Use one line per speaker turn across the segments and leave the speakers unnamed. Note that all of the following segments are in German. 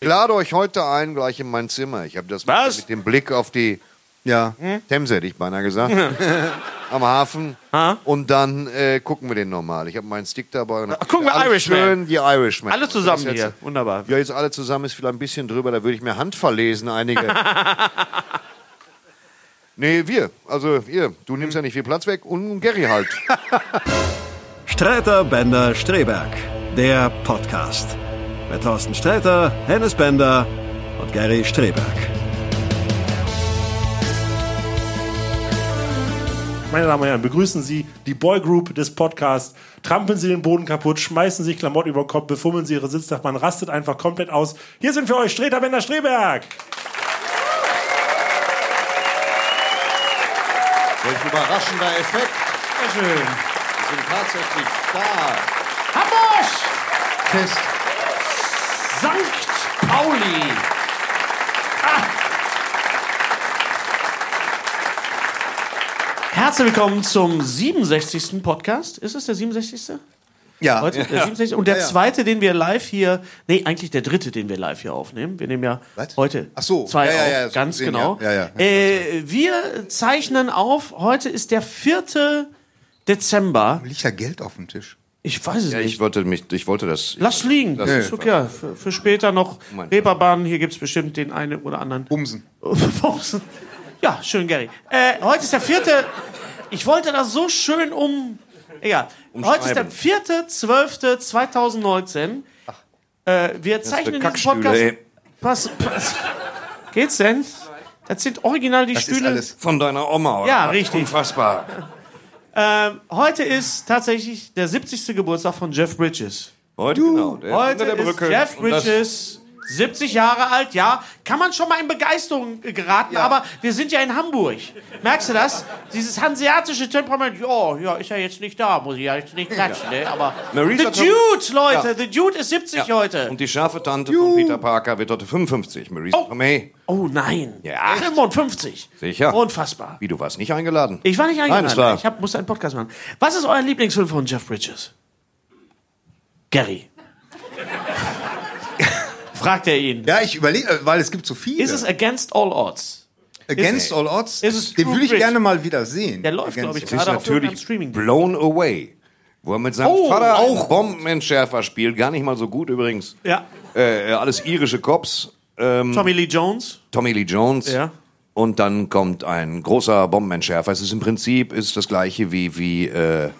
Ich lade euch heute ein, gleich in mein Zimmer. Ich habe das
Was? Hm?
mit dem Blick auf die ja, Themse, hätte ich beinahe gesagt, am Hafen.
Ha?
Und dann äh, gucken wir den nochmal. Ich habe meinen Stick dabei.
Ach, gucken wir
Alle
Irishman.
Schön, die Irishman.
Alle zusammen
Das
hier. Wunderbar.
Ja, jetzt alle zusammen ist vielleicht ein bisschen drüber, da würde ich mir Hand verlesen, einige. nee, wir. Also, ihr. Du nimmst ja nicht viel Platz weg und Gary halt.
Streiter Bender Streberg, der Podcast. Mit Thorsten Streiter, Hennes Bender und Gary Streberg.
Meine Damen und Herren, begrüßen Sie die Boygroup des Podcasts. Trampeln Sie den Boden kaputt, schmeißen sich Klamotten über den Kopf, befummeln Sie Ihre Sitznachbarn, rastet einfach komplett aus. Hier sind für euch Streter Bender Streberg.
Welch überraschender Effekt.
Sehr schön.
Die sind tatsächlich da.
Hamburg!
Test.
Sankt Pauli! Ah. Herzlich willkommen zum 67. Podcast. Ist es der 67.?
Ja.
Heute? Der 67. Und der
Ja, ja.
zweite, den wir live hier, nee, eigentlich der dritte, den wir live hier aufnehmen. Wir nehmen ja
Was?
heute
Ach so.
zwei
Ja, ja,
auf,
ja, so
ganz
gesehen,
genau.
ja. Ja, ja.
Äh, wir zeichnen auf, heute ist der 4. Dezember.
Liegt da Geld auf dem Tisch?
Ich weiß es
Ja,
nicht.
ich wollte, mich, ich wollte das.
Lass liegen. Das
Lass
ist okay. Für, für später noch
Moment.
Reeperbahn. Hier gibt es bestimmt den einen oder anderen.
Bumsen.
Bumsen. ja, schön, Gary. Äh, heute ist der vierte. Ich wollte das so schön um. Egal. Heute ist der vierte, zwölfte, 2019. Äh, wir zeichnen diesen
Kackstühle,
Podcast.
ey.
Pass, pass. Geht's denn? Das sind original die
Ist
Stühle.
alles.
Von deiner Oma, oder?
Ja,
was?
richtig.
Unfassbar.
Ähm, heute ist tatsächlich der 70. Geburtstag von Jeff Bridges.
Heute, genau. Der
Heute
unter der
ist
Brücke.
Jeff
Und das-
Bridges 70 Jahre alt, ja. Kann man schon mal in Begeisterung äh, geraten, aber wir sind ja in Hamburg. Merkst du das? Dieses hanseatische Temperament, ja, ja, ist ja jetzt nicht da, muss ich ja jetzt nicht klatschen, ne? Aber
Marisa
The Dude, Leute, The Dude ist 70 heute.
Und die scharfe Tante von Peter Parker wird heute 55. Maurice
Oh.
Tomei.
oh nein,
Ja.
55.
Sicher.
Unfassbar.
Wie, du warst nicht eingeladen?
Ich war nicht
Nein,
eingeladen,
es war
ich hab, musste einen Podcast machen. Was ist euer Lieblingsfilm von Jeff Bridges? Gary. Fragt er ihn.
Ja, ich überlege, weil es gibt so viele.
Ist es Against All Odds?
Against
ist-
All Odds?
ist es
Den
True
würde ich
Grit?
gerne mal wieder sehen.
Der läuft, glaube ich,
Against-
ist
gerade auf irgendeinem
natürlich
Streaming.
blown away. Wo er mit seinem
Oh,
Vater
auch
auch Bombenentschärfer spielt. Gar nicht mal so gut übrigens.
Ja.
Äh, äh, alles irische Cops.
Mm.
Ähm,
Tommy Lee Jones.
Tommy Lee Jones.
Ja.
Und dann kommt ein großer Bombenentschärfer. Es ist im Prinzip ist das gleiche wie, wie äh,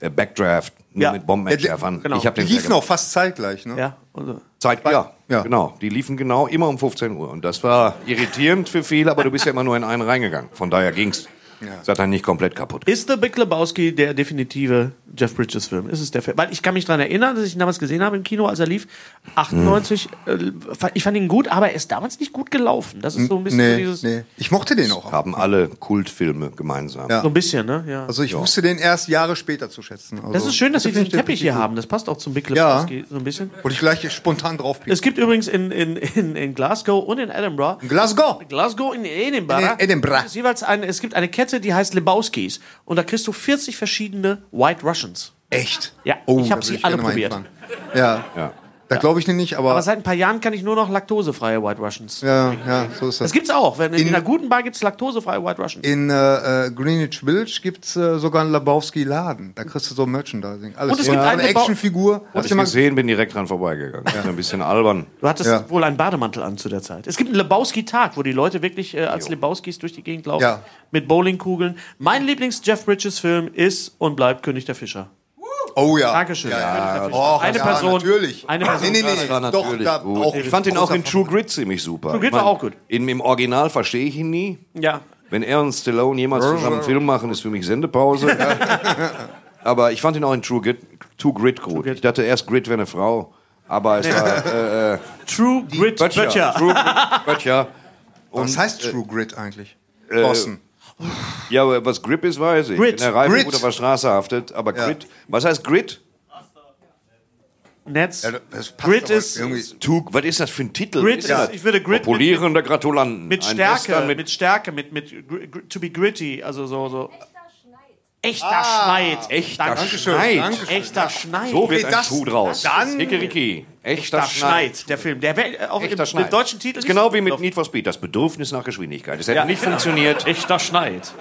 äh, Backdraft, nur
Ja.
mit Bombenentschärfern.
Genau.
Ich hab
Die
den sehr
liefen auch fast zeitgleich, ne?
Ja. Also,
Zeit, ja,
Ja.
genau. Die liefen genau immer um 15 Uhr. Und das war irritierend für viele, aber du bist ja immer nur in einen reingegangen. Von daher ging's. Ja. Seid dann nicht komplett kaputt.
ist The Big Lebowski der definitive Jeff Bridges Film. Ist es der Film? Weil ich kann mich daran erinnern, dass ich ihn damals gesehen habe im Kino, als er lief. 98. Äh, fand- ich fand ihn gut, aber er ist damals nicht gut gelaufen. Das ist so ein bisschen
Nee,
dieses.
nee. Ich mochte den auch.
Haben alle Kultfilme gemeinsam.
Ja.
So ein bisschen, ne? Ja.
Also ich wusste den erst Jahre später zu schätzen. Also
das ist schön, dass wir diesen
finde ich
Teppich hier haben. Das passt auch zum Big
Ja.
Lebowski so ein bisschen.
Wollte ich gleich spontan drauf
Es gibt übrigens in, in, in, in Glasgow und in Edinburgh
Glasgow!
Glasgow in Edinburgh.
In Edinburgh.
gibt Es, jeweils eine, es gibt eine Kette, die heißt Lebowskis. Und da kriegst du 40 verschiedene White Russians.
Echt?
Ja,
Oh,
ich
da
habe
würde
sie
ich
alle
gerne mal
probiert.
hinfahren. Ja.
Ja.
Da glaube ich den nicht, aber,
Aber seit ein paar Jahren kann ich nur noch laktosefreie White Russians.
ja, ja, so ist das.
Das gibt's auch. Wenn, in,
In-
einer guten Bar gibt's laktosefreie White Russians.
in äh, äh, Greenwich Village gibt es äh, sogar einen Labowski-Laden. Da kriegst du so Merchandising. Alles.
Und es gibt
eine
einen Lebau-
Actionfigur.
Hab
Hast
ich
du mal-
gesehen, bin direkt dran vorbeigegangen. Ist ein bisschen albern.
Du hattest
Ja.
wohl einen Bademantel an zu der Zeit. Es gibt einen Lebowski-Tag, wo die Leute wirklich äh, als Lebowskis durch die Gegend laufen.
Ja.
Mit Bowlingkugeln. Mein Lieblings-Jeff Bridges-Film ist und bleibt König der Fischer.
Oh ja.
Dankeschön. König der Fischer.
Oh,
eine,
ja,
Person,
natürlich.
eine Person.
Nee, nee, nee.
Das war
Doch,
natürlich
da
gut.
auch
ich fand ihn
großer
auch in
Fan.
True Grit ziemlich super.
True Grit war
Ich mein,
auch gut.
In, Im Original verstehe ich ihn nie.
Ja.
Wenn er und Stallone jemals zusammen einen Film machen, ist für mich Sendepause. Aber ich fand ihn auch in True Grit, True Grit gut. Ich dachte erst, Grit wäre eine Frau. Aber es war äh, äh,
True Grit
Böttcher.
Böttcher.
True Grit Böttcher.
Was heißt
Äh,
True Grit eigentlich? Thorsten.
Ja, aber was Grip ist, weiß ich.
Grit.
Wenn der Reifen
Grit.
gut auf der Straße haftet. Aber
Ja.
Grit, was heißt Grit?
Netz.
Ja, das passt
Grit
aber
ist-
irgendwie.
Two, was ist das für ein Titel?
Grit
das?
ist- ich würde Grit mit-
Populierende Gratulanten.
Mit
Ein
Stärke,
Western
mit, Stärke, mit, mit gr- gr- to be gritty, also so, so. Echter Schneid.
Echter
Dankeschön.
Schneid.
Dankeschön.
Echter Schneid.
So wird
Wie
ein
das-
Schuh draus.
dann-
Hickeriki. Echter
Echter
Schneid.
Schneid, der Film. Der wär- äh, auch im,
Echter Schneid.
im deutschen Titel.
Ist
nicht
genau wie mit
gelaufen.
Need for Speed. Das Bedürfnis nach Geschwindigkeit. Es hätte
Ja.
nicht funktioniert.
Echter Schneid.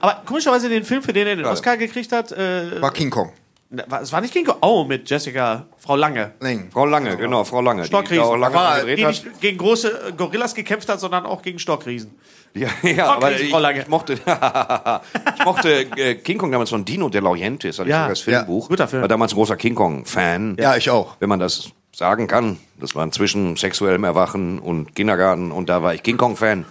Aber komischerweise den Film, für den er den Oscar gekriegt hat, äh,
War King Kong.
na, war- es war nicht King Kong. Oh, mit Jessica, Frau Lange.
Nein.
Frau Lange, genau, Frau Lange. Die
Stockriesen.
da auch lange
Da war-
dran
Die
gedreht hat.
nicht gegen große äh, Gorillas gekämpft hat, sondern auch gegen Stockriesen.
Ja, ja aber
Stockriesen,
ich,
Frau Lange.
ich mochte, ich mochte äh, King Kong damals von Dino De Laurentiis, hatte ich
Ja.
sogar das Filmbuch.
Ja, guter Film.
War damals ein großer King Kong-Fan.
Ja, ich auch.
Wenn man das sagen kann. Das war zwischen sexuellem Erwachen und Kindergarten und da war ich King Kong-Fan.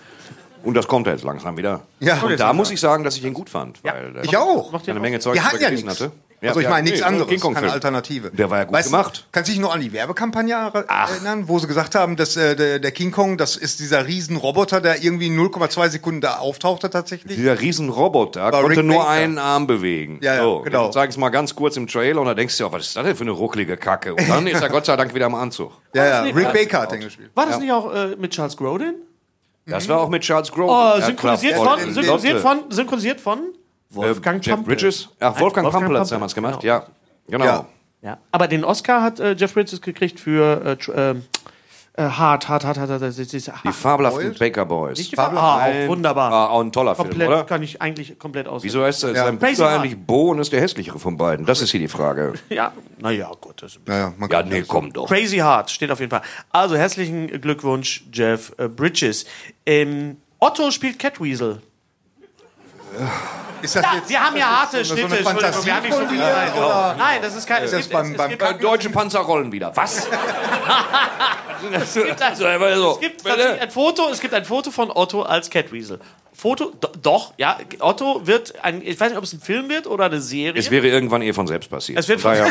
Und das kommt jetzt langsam wieder.
Ja.
und da muss ich sagen, dass ich ihn gut fand. Weil, äh,
Ich auch.
Ich eine Menge Zeug
Wir hatten ja
gelesen
nichts.
hatte.
also ich meine nichts
nee, äh,
anderes,
King Kong
keine
Film.
Alternative.
Der war ja gut
Weißt du,
gemacht.
Kannst du dich noch an die Werbekampagne er- erinnern, wo sie gesagt haben, dass äh, der, der King Kong, das ist dieser Riesenroboter, der irgendwie in 0,2 Sekunden da auftauchte tatsächlich?
Dieser Riesenroboter
War
konnte
Rick
nur
Baker.
einen Arm bewegen.
Ja, ja,
so,
genau.
Jetzt zeigen es mal ganz kurz im Trailer und dann denkst du ja, was ist das denn für eine rucklige Kacke? Und dann ist er Gott sei Dank wieder im Anzug.
Ja, ja, Rick Baker hat den gespielt.
War das nicht auch äh, mit Charles Grodin?
Das war auch mit Charles Grover.
Mhm. Oh,
Ja,
synchronisiert,
klar,
von,
voll.
synchronisiert von, synchronisiert von
Äh,
Wolfgang
Jeff
Pampel.
Bridges. Ach, Wolfgang, Pampel
Wolfgang
hat es
Pampel,
damals gemacht,
genau.
ja. Genau.
Ja.
Ja. Aber den Oscar hat äh, Jeff Bridges gekriegt für äh, tr- ähm, äh, Hart, Hart, Hart, Hart, Hart, das ist hart.
Die fabelhaften Baker Boys.
Nicht die Farbe- Ah, auch wunderbar.
Ah, auch ein toller Film,
komplett,
oder?
kann ich eigentlich komplett aus.
Wieso halt? heißt er, sein
Crazy
Bruder
Heart.
eigentlich Bo und ist der hässlichere von beiden? Das ist hier die Frage.
Ja, naja, gut. Das ist
Naja, man
Ja,
kann
nee, komm doch.
Crazy Heart steht auf jeden Fall. Also herzlichen Glückwunsch, Jeff äh, Bridges. Ähm, Otto spielt Catweasel.
Ist das
Ja,
jetzt
Ah, wir haben ja harte
so
Schnitte.
eine
Entschuldigung, wir haben nicht so
Fantasie
viel
von dir,
Zeit.
oder?
Nein, das ist kein.
das beim- beim-
halt
Äh, Deutsche Panzer rollen wieder. Was? also, einfach so.
Es gibt tatsächlich ein Foto, es gibt ein Foto von Otto als Catweasel. Foto, do, doch, ja, Otto wird ein, ich weiß nicht, ob es ein Film wird oder eine Serie.
Es wäre irgendwann eh von selbst passiert.
Es wird
Von daher-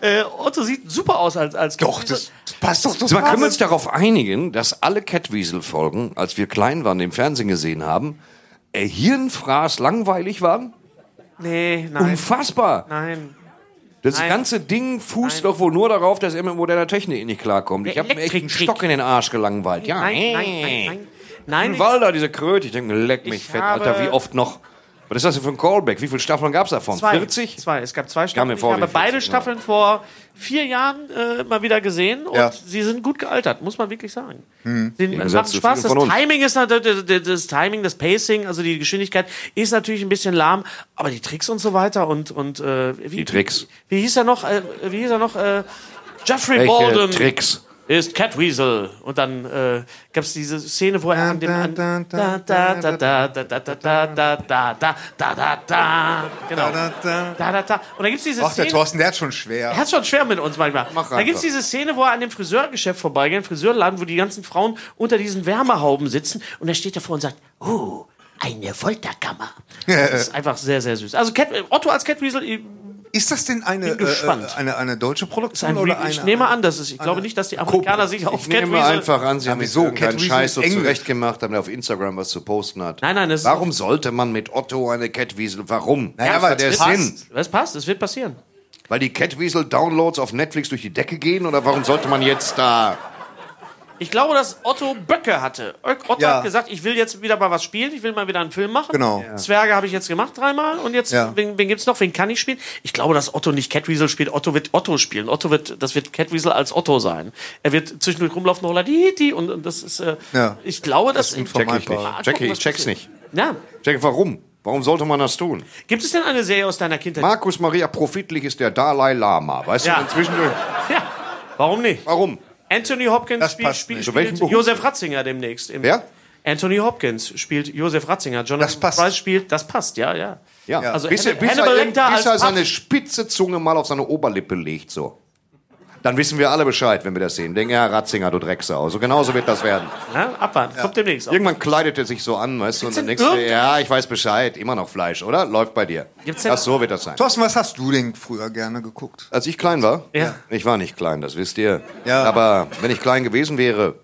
äh, Otto sieht super aus als, als
Doch, das, das passt doch
Zwar können wir uns
total.
darauf einigen, dass alle Catweasel-Folgen, als wir klein waren, im Fernsehen gesehen haben, äh, hirnfraß langweilig waren.
Nee, nein,
Unfassbar.
nein.
Das
Nein.
ganze Ding fußt
Nein.
doch wohl nur darauf, dass er mit moderner Technik nicht klarkommt. Ich
Der
habe mir echt einen
Elektriktrick.
Stock in den Arsch gelangweilt. Ja,
Nein, nein,
hey.
nein, nein. Nein,
Ein Walder, diese Kröte. Ich denke, leck mich
Ich
fett,
habe-
Alter, wie oft noch. Was ist das denn für ein Callback? Wie viele Staffeln gab's davon?
zwei,
40?
Zwei. Es gab zwei
mir
Staffeln.
vor
ich
wie
habe beide
40,
Staffeln vor vier Jahren äh, mal wieder gesehen und
Ja.
sie sind gut gealtert, muss man wirklich sagen. Sie
Gegensatz
macht
zu
Spaß.
vielen
Das
von uns.
Timing ist natürlich, das, das Timing, das Pacing, also die Geschwindigkeit ist natürlich ein bisschen lahm, aber die Tricks und so weiter und und äh, wie,
Die Tricks.
Wie, wie hieß er noch? Äh, wie hieß er noch? Äh, Jeffrey
Welche
Baldwin
Tricks?
ist Catweasel. Und dann äh, gab es diese Szene, wo er an dem. an- Da, da, da, da, da, da, da, da, da, da, da, da, da, da. Genau. Da,
da.
da, da. Und dann gibt es diese
Ach, der
Szene.
Thorsten, der hat schon schwer.
Er hat schon schwer mit uns manchmal.
Mach
Da gibt es
einfach.
diese Szene, wo er an dem Friseurgeschäft vorbeigeht, im Friseurladen, wo die ganzen Frauen unter diesen Wärmehauben sitzen und er steht davor und sagt, oh, eine Folterkammer. Das ist einfach sehr, sehr süß. Also Cat, Otto als Catweasel äh,
Ist das denn eine,
Bin gespannt.
äh, eine, eine deutsche
ist
Produktion
ein
oder
Re-
eine?
Ich nehme an, dass es. Ich glaube nicht, dass die Amerikaner sich auf
Ich nehme einfach an, sie haben
wieso?
so keinen
Catweasel
Scheiß so
ist Englisch.
zurecht gemacht, damit er auf Instagram was zu posten hat.
Nein, nein, das ist-
Warum sollte man mit Otto eine Catwiesel? Warum?
Naja,
Was
weil
hat der
es
Sinn?
passt.
Das passt, es wird passieren.
Weil die Catwiesel-Downloads auf Netflix durch die Decke gehen? Oder warum sollte man jetzt da...
Ich glaube, dass Otto Böcke hatte. Otto
Ja.
hat gesagt, ich will jetzt wieder mal was spielen, ich will mal wieder einen Film machen.
Genau. Ja.
Zwerge habe ich jetzt gemacht dreimal und jetzt,
Ja.
wen, wen gibt's noch, wen kann ich spielen? Ich glaube, dass Otto nicht Catweasel spielt, Otto wird Otto spielen. Otto wird, das wird Catweasel als Otto sein. Er wird zwischendurch rumlaufen, holla die, die, und, und das ist, äh,
Ja.
ich glaube, dass... Ah,
Check ich
Vermeidbar.
nicht. Check ich, ich check's nicht.
Na,
Check, warum? Warum sollte man das tun?
gibt es denn eine Serie aus deiner Kindheit?
Markus Maria Profitlich ist der Dalai Lama. Weißt
Ja.
du, inzwischen... durch-
ja, warum nicht?
Warum?
Anthony Hopkins
Das
spiel,
passt
spiel,
nicht.
Zu welchem
spielt
Beruf?
Josef Ratzinger demnächst. Im
Wer?
Anthony Hopkins spielt Josef Ratzinger. Jonathan
Das passt.
Price spielt, das passt, ja, ja.
Ja,
Also
bis,
Hanni-
er, bis, er,
Hannibal
irgend-
Lecter als
bis er seine
Papst.
spitze Zunge mal auf seine Oberlippe legt, so. Dann wissen wir alle Bescheid, wenn wir das sehen. Denken, ja, Ratzinger, du Drecksau. So genauso wird das werden.
Ne? Abwarten, kommt demnächst. Auch.
Irgendwann kleidet er sich so an, weißt du, und dann
denn
denkst du, dir,
irgendein-
ja, ich weiß Bescheid, immer noch Fleisch, oder? Läuft bei dir.
Gibt's denn-
Ach, so wird das sein.
Thorsten, was hast du denn früher gerne geguckt?
Als ich klein war,
Ja.
ich war nicht klein, das wisst ihr.
Ja.
Aber wenn ich klein gewesen wäre,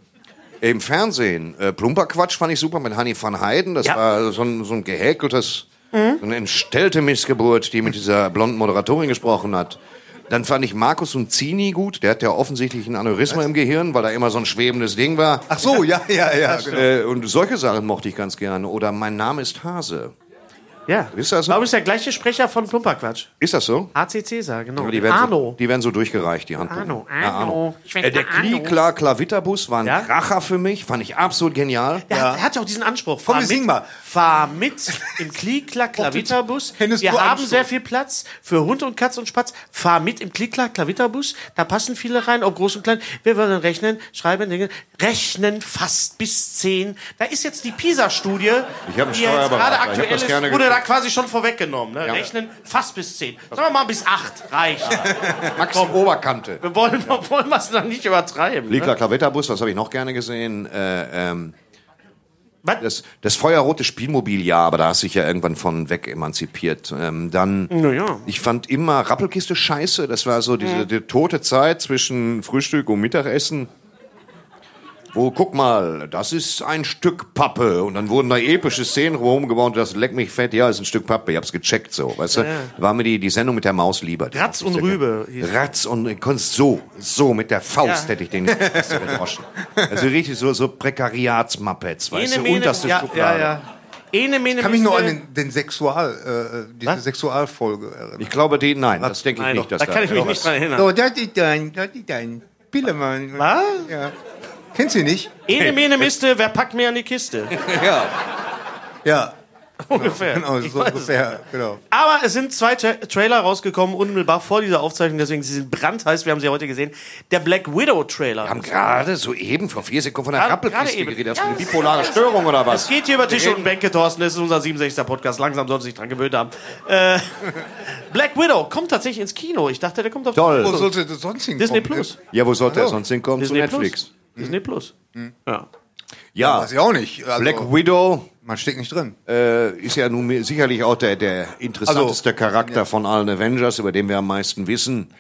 im Fernsehen, äh, plumper Quatsch fand ich super mit Hanni van Heiden. Das
Ja. Mhm.
war so ein, so ein gehäkeltes, so eine entstellte Missgeburt, die mit dieser blonden Moderatorin gesprochen hat. Dann fand ich Markus und Zini gut. Der hat ja offensichtlich ein Aneurysma im Gehirn, weil da immer so ein schwebendes Ding war.
Ach so, ja, ja, ja. Genau.
Äh, und solche Sachen mochte ich ganz gerne. Oder Mein Name ist Hase.
Ja.
Wisst ihr das
Ich
noch?
glaube, ist der gleiche Sprecher von Plumperquatsch.
Ist das so?
HCC, sag, genau.
Aber Die werden,
Arno.
So, die werden so durchgereicht, die Handpuppen.
Arno,
Ja,
Arno. Ich werd
Äh, der
mal Arno.
Knieklar Klavitterbus war ein
Ja?
Kracher für mich, fand ich absolut genial.
Der hat, er hat ja auch diesen Anspruch.
Komm, wir singen mal.
fahr mit im Klickklack-Klavitterbus.
Hennes,
Wir
du
haben
Anspruch.
sehr viel Platz für Hund und Katz und Spatz. Fahr mit im Klickklack-Klavitterbus. Da passen viele rein, ob groß und klein. Wir wollen rechnen, schreiben, denken, rechnen fast bis zehn. Da ist jetzt die PISA-Studie,
Ich hab einen
die ja jetzt
Steuerberater.
gerade
Ich hab
aktuell
das
ist,
gerne
wurde
geguckt.
da quasi schon vorweggenommen. Ne? Rechnen fast bis zehn. Sagen wir mal bis acht reicht.
Max Oberkante.
Wir wollen, wollen wir es dann nicht übertreiben. Ne?
Knieklar Klavitterbus, das habe ich noch gerne gesehen. Äh, ähm,
Was?
das, das feuerrote Spielmobil, ja, aber da hast du dich ja irgendwann von weg emanzipiert. Ähm, dann,
Naja.
ich fand immer Rappelkiste scheiße. Das war so diese die tote Zeit zwischen Frühstück und Mittagessen. Wo, guck mal, das ist ein Stück Pappe. Und dann wurden da epische Szenen rumgebaut. Das leck mich fett, ja, ist ein Stück Pappe. Ich hab's gecheckt so, weißt du? War mir die, die Sendung mit der Maus lieber. Die
Ratz
mochte ich
und
sehr gerne.
Rübe hieß-
Ratz und äh, konntest so, so mit der Faust
Ja.
hätte ich den Kasten gedroschen. Also richtig so, so Prekariatsmappets, weißt du?
Ene, mene-
Unterste
ja,
Schublade.
Ja, ja. Ene, mene,
Ich kann mich nur an
miste-
den, den Sexual, äh, diese
Was?
Sexualfolge erinnern.
Ich glaube, die, nein, das denke ich
Nein,
nicht.
doch,
Dass
da kann ich mich nicht dran erinnern.
So, das ist dein, das ist dein Pillemann.
Was?
Ja. Kennst du ihn nicht?
Ene, mene, miste, wer packt mir an die Kiste?
Ja,
Ungefähr.
genau,
Ich
so
weiß es.
ungefähr, genau.
Aber es sind zwei Tra Trailer rausgekommen, unmittelbar vor dieser Aufzeichnung, deswegen sie sind brandheiß, wir haben sie heute gesehen. Der Black Widow Trailer.
Wir haben gerade soeben vor vier Sekunden von der
Gerade-
Rappelkiste
gerade eben.
geredet. Hast
Ja,
du eine
das-
bipolare Störung oder
Es
was?
geht hier über Tische und Bänke, Thorsten. Das ist unser 67. Podcast. Langsam sollten Sie sich dran gewöhnt haben. Äh, Black Widow kommt tatsächlich ins Kino. Ich dachte, der kommt auf
Toll.
Wo sollte das sonst hinkommen?
Disney Plus.
Ja, wo sollte er sonst hinkommen? Zu
Disney
Netflix. Hm.
Plus. Disney Plus. Ja.
Ja,
Weiß ich auch nicht. Also,
Black Widow
man steckt nicht drin.
äh, ist ja nun mi- sicherlich auch der, der interessanteste
Also,
Charakter von allen Avengers, über den wir am meisten wissen.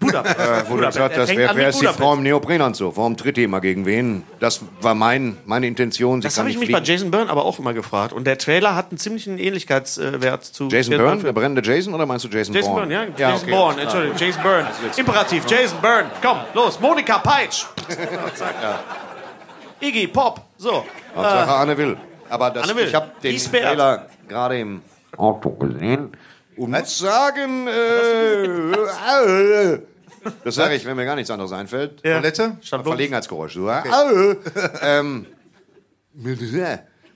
Budapest.
Äh, wo du
Budapest.
gesagt
Er
hast,
fängt
wer,
an
wer
mit
ist die
Budapest.
Frau im Neoprenanzug? Warum tritt die immer gegen wen? Das war mein, meine Intention. Sie
Das
kann
habe ich mich
nicht
bei
fliegen.
Jason Byrne aber auch immer gefragt. Und der Trailer hat einen ziemlichen Ähnlichkeitswert zu
Jason Byrne? Der brennende Jason oder meinst du Jason,
Jason Byrne,
Bourne?
ja. Jason
okay,
Bourne,
alles klar.
Entschuldigung, Jason Byrne. Imperativ, Jason Byrne. Komm, los, Monika Peitsch. Iggy, Pop. So.
Hauptsache Anne will. Aber das,
Anne Ah. Will.
ich habe den
Isbert.
Trailer gerade im Auto gesehen und muss sagen, äh, äh, das sage ich, wenn mir gar nichts anderes einfällt.
Ja.
Toilette?
Stand bloß.
Verlegenheitsgeräusch. So, äh, ähm,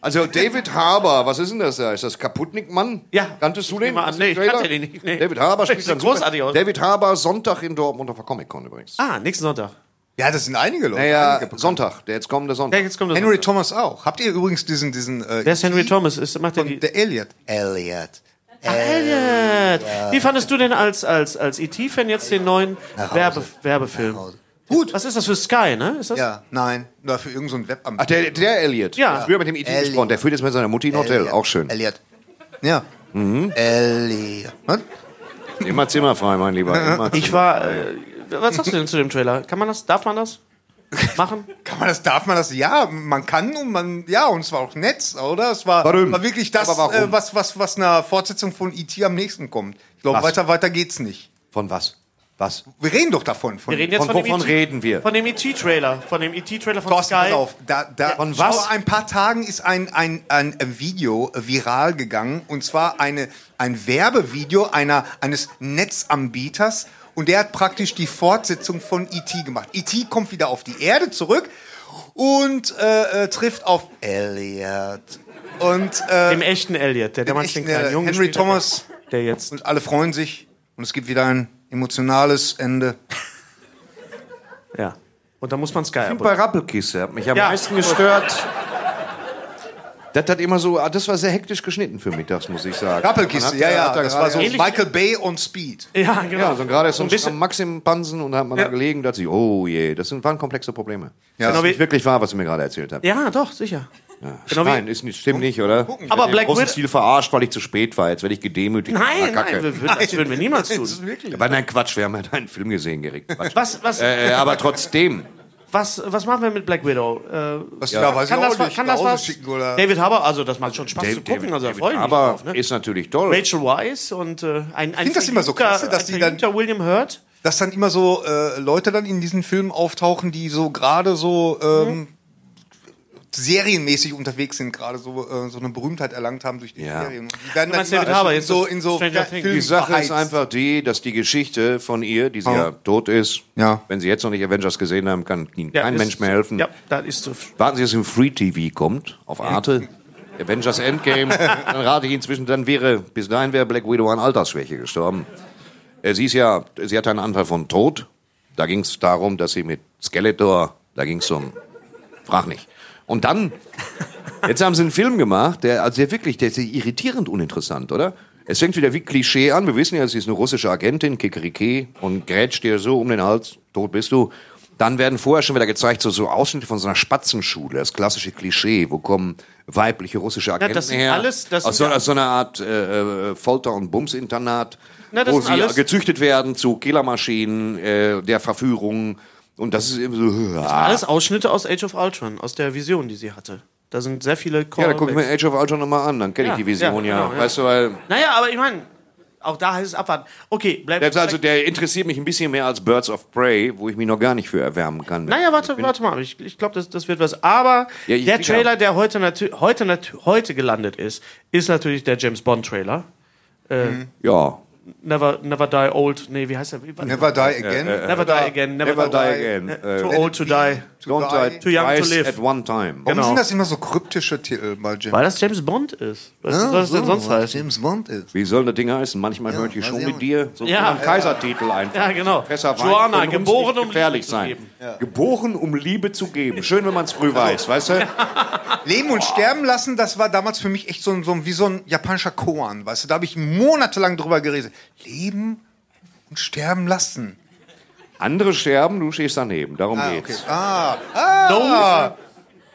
also David Harbour, was ist denn das da? Ist das Kaputtnick-Mann?
Ja.
Kanntest du
Ich
den?
nehme an,
Hast du den
nee, ich kannte
Trailer?
den nicht, nee.
David Harbour
Sieht
spielt dann
großartig aus.
David Harbour Sonntag in Dortmund auf der Comic-Con übrigens.
Ah, nächsten Sonntag.
Ja, das sind einige Leute.
Naja,
einige bekannt.
Sonntag, der jetzt kommende
Ja,
Sonntag.
jetzt kommt das.
Henry Thomas auch. Habt ihr übrigens diesen... diesen äh,
Wer ist Henry
Tweet
Thomas? Ist, macht der
Von
die, Ah,
der Elliot. Elliot.
E Elliot. Wie fandest du denn als, als, als E.T.-Fan jetzt den neuen Werbe, Werbefilm?
Gut.
Was ist das für Sky, ne? Ist das?
Ja, nein. Oder für irgendein so Webamt.
Ach, der, der Elliot.
Ja.
Früher mit dem IT
Elliot.
gesprochen. Der führt jetzt mit seiner Mutti ein Hotel.
Elliot.
Auch schön.
Elliot. Ja. Elliot. Was?
Immer zimmerfrei, mein Lieber. Immer
Ich war. Äh, was sagst du denn zu dem Trailer? Kann man das? Darf man das? Machen?
Kann man das, darf man das? Ja, man kann und man, ja, und es war auch nett, oder? Es war,
Warum?
war wirklich das,
Aber warum?
äh, was, was, was einer Fortsetzung von E.T. am nächsten kommt. Ich glaube,
Was?
weiter, weiter geht's nicht.
Von was? Was?
Wir reden doch davon. Von,
Wir reden jetzt
Von
von,
wovon
dem E
reden wir?
Von dem ET-Trailer. Von dem ET-Trailer von
Thorsten,
Sky.
pass auf. Da, da,
Von
vor
was?
ein paar Tagen ist ein, ein, ein äh, Video viral gegangen. Und zwar eine, ein Werbevideo einer, eines Netzanbieters. Und der hat praktisch die Fortsetzung von E.T. gemacht. E.T. kommt wieder auf die Erde zurück und äh, äh, trifft auf Elliot. Und, äh,
Dem echten Elliot, der damals den
echten
kleinen
Elliot.
Jungen
Henry
gespielt hat,
Thomas.
Der jetzt.
und alle freuen sich. Und es gibt wieder ein emotionales Ende.
Ja. Und da muss man Sky
bei
abonnieren.
Rappelkiste. Hat mich am
Ja.
meisten gestört. Das hat immer so, ah, das war sehr hektisch geschnitten für mittags, muss ich sagen. Man
Rappelkiste,
hat-
ja, ja.
hat da
Das
gerade-
war so
Ähnlich-
Michael Bay on Speed.
Ja, genau.
Ja, so gerade ist so
ein
ein
bisschen.
Maxim Pansen und da hat man da gelegen und dachte sich, oh je, das sind, waren komplexe Probleme. Ja. Das
Genau
ist
wie-
nicht wirklich wahr, was du mir gerade erzählt hast.
Ja, doch, sicher. Genau wie-
Nein, ist nicht, stimmt nicht, oder? Ich
Aber
werd im
Black
großen
Widow-
Stil verarscht, weil ich zu spät war. Jetzt werde ich gedemütigt. Na,
Nein,
Kacke.
nein, wir würden, das würden wir niemals tun.
Aber nein, Quatsch, wir haben ja deinen Film gesehen, Gerrit. Quatsch.
Was, was,
Äh, aber trotzdem.
was, was machen wir mit Black Widow? Äh,
Was ja. da weiß
kann
ich
das,
auch
wa-
nicht.
kann
Nach
das
Hause
was?
Schicken, oder?
David Haber, also das macht schon Spaß zu
David-
gucken, also da
David
freue ich mich
Aber
drauf. Ne?
ist natürlich toll.
Rachel Weisz und äh, ein, ein
find das immer so
verliebter-
klasse, dass
ein
die dann-
verliebter William Hurt.
Dass dann immer so äh, Leute dann in diesen Filmen auftauchen, die so gerade so ähm,
Mhm.
serienmäßig unterwegs sind, gerade so, äh, so eine Berühmtheit erlangt haben durch die
Ja.
Serien. Und Die werden
Du meinst
immer
David Harbour, jetzt
so
das
in so
Stranger
Filmen
Things.
Die Sache
verheizt.
ist einfach die, dass die Geschichte von ihr, die sie ja tot ist,
Ja.
wenn sie jetzt noch nicht Avengers gesehen haben, kann ihnen
Ja,
kein
ist-
Mensch mehr helfen.
Ja, da ist so.
Warten Sie, dass es im Free TV kommt, auf Arte. Avengers Endgame. Dann rate ich inzwischen, dann wäre, bis dahin wäre Black Widow an Altersschwäche gestorben. Äh, Sie ist ja, sie hatte einen Anfall von Tod. Da ging es darum, dass sie mit Skeletor, da ging es um, frag nicht. Und dann, jetzt haben sie einen Film gemacht, der, also der wirklich, der ist irritierend uninteressant, oder? Es fängt wieder wie Klischee an. Wir wissen ja, sie ist eine russische Agentin, Kikeriki, und grätscht dir so um den Hals, tot bist du. Dann werden vorher schon wieder gezeigt, so, so Ausschnitte von so einer Spatzenschule, das klassische Klischee. Wo kommen weibliche russische Agenten
das sind
her?
alles- das
aus,
sind
so, aus so einer Art äh, äh, Folter- und Bumsinternat,
Na, das
wo
sind
sie
alles-
gezüchtet werden zu Killermaschinen, äh, der Verführung. Und das ist eben so.
Alles Ausschnitte aus Age of Ultron, aus der Vision, die sie hatte. Da sind sehr viele
Ja, dann guck ich mir Age
Callbacks.
of Ultron nochmal an, dann kenne ich
Ja,
die Vision
ja,
ja.
genau, ja.
Weißt du, weil.
Naja, aber ich meine, auch da heißt es abwarten. Okay, bleib.
Selbst also, der interessiert mich ein bisschen mehr als Birds of Prey, wo ich mich noch gar nicht für erwärmen kann.
Naja, warte, warte mal, ich, ich glaube, das, das wird was. Aber
Ja, ich-
der
ja.
Trailer, der heute, natü- heute, natü- heute gelandet ist, ist natürlich der James Bond Trailer. Äh,
Mhm. Ja.
Never, never die old, nee, wie heißt der?
Never die again.
never die again, never,
Never die
die
again. Äh,
Too old to die.
Don't die
Too young to
twice
live.
at one time.
Warum
Genau.
sind das immer so kryptische Titel bei Jim?
Weil das James Bond ist. Was soll das denn
so,
sonst
weil
heißen?
James Bond ist.
Wie soll das Ding heißen? Manchmal ja, ich
weiß
schon
ich
mit
auch
dir. So
Ja.
ein Kaisertitel einfach.
Ja, genau.
Fässer Wein
Joanna,
können uns
geboren,
nicht
um
gefährlich
Liebe zu
sein.
geben. Also,
Geboren, um Liebe zu geben. Schön, wenn man es früh weiß, weißt du?
Leben und sterben lassen, das war damals für mich echt so ein, so ein wie so ein japanischer Koan, weißt du, da habe ich monatelang drüber geredet. Leben und sterben lassen.
Andere sterben, du stehst daneben. Darum geht's.
Ah,
No,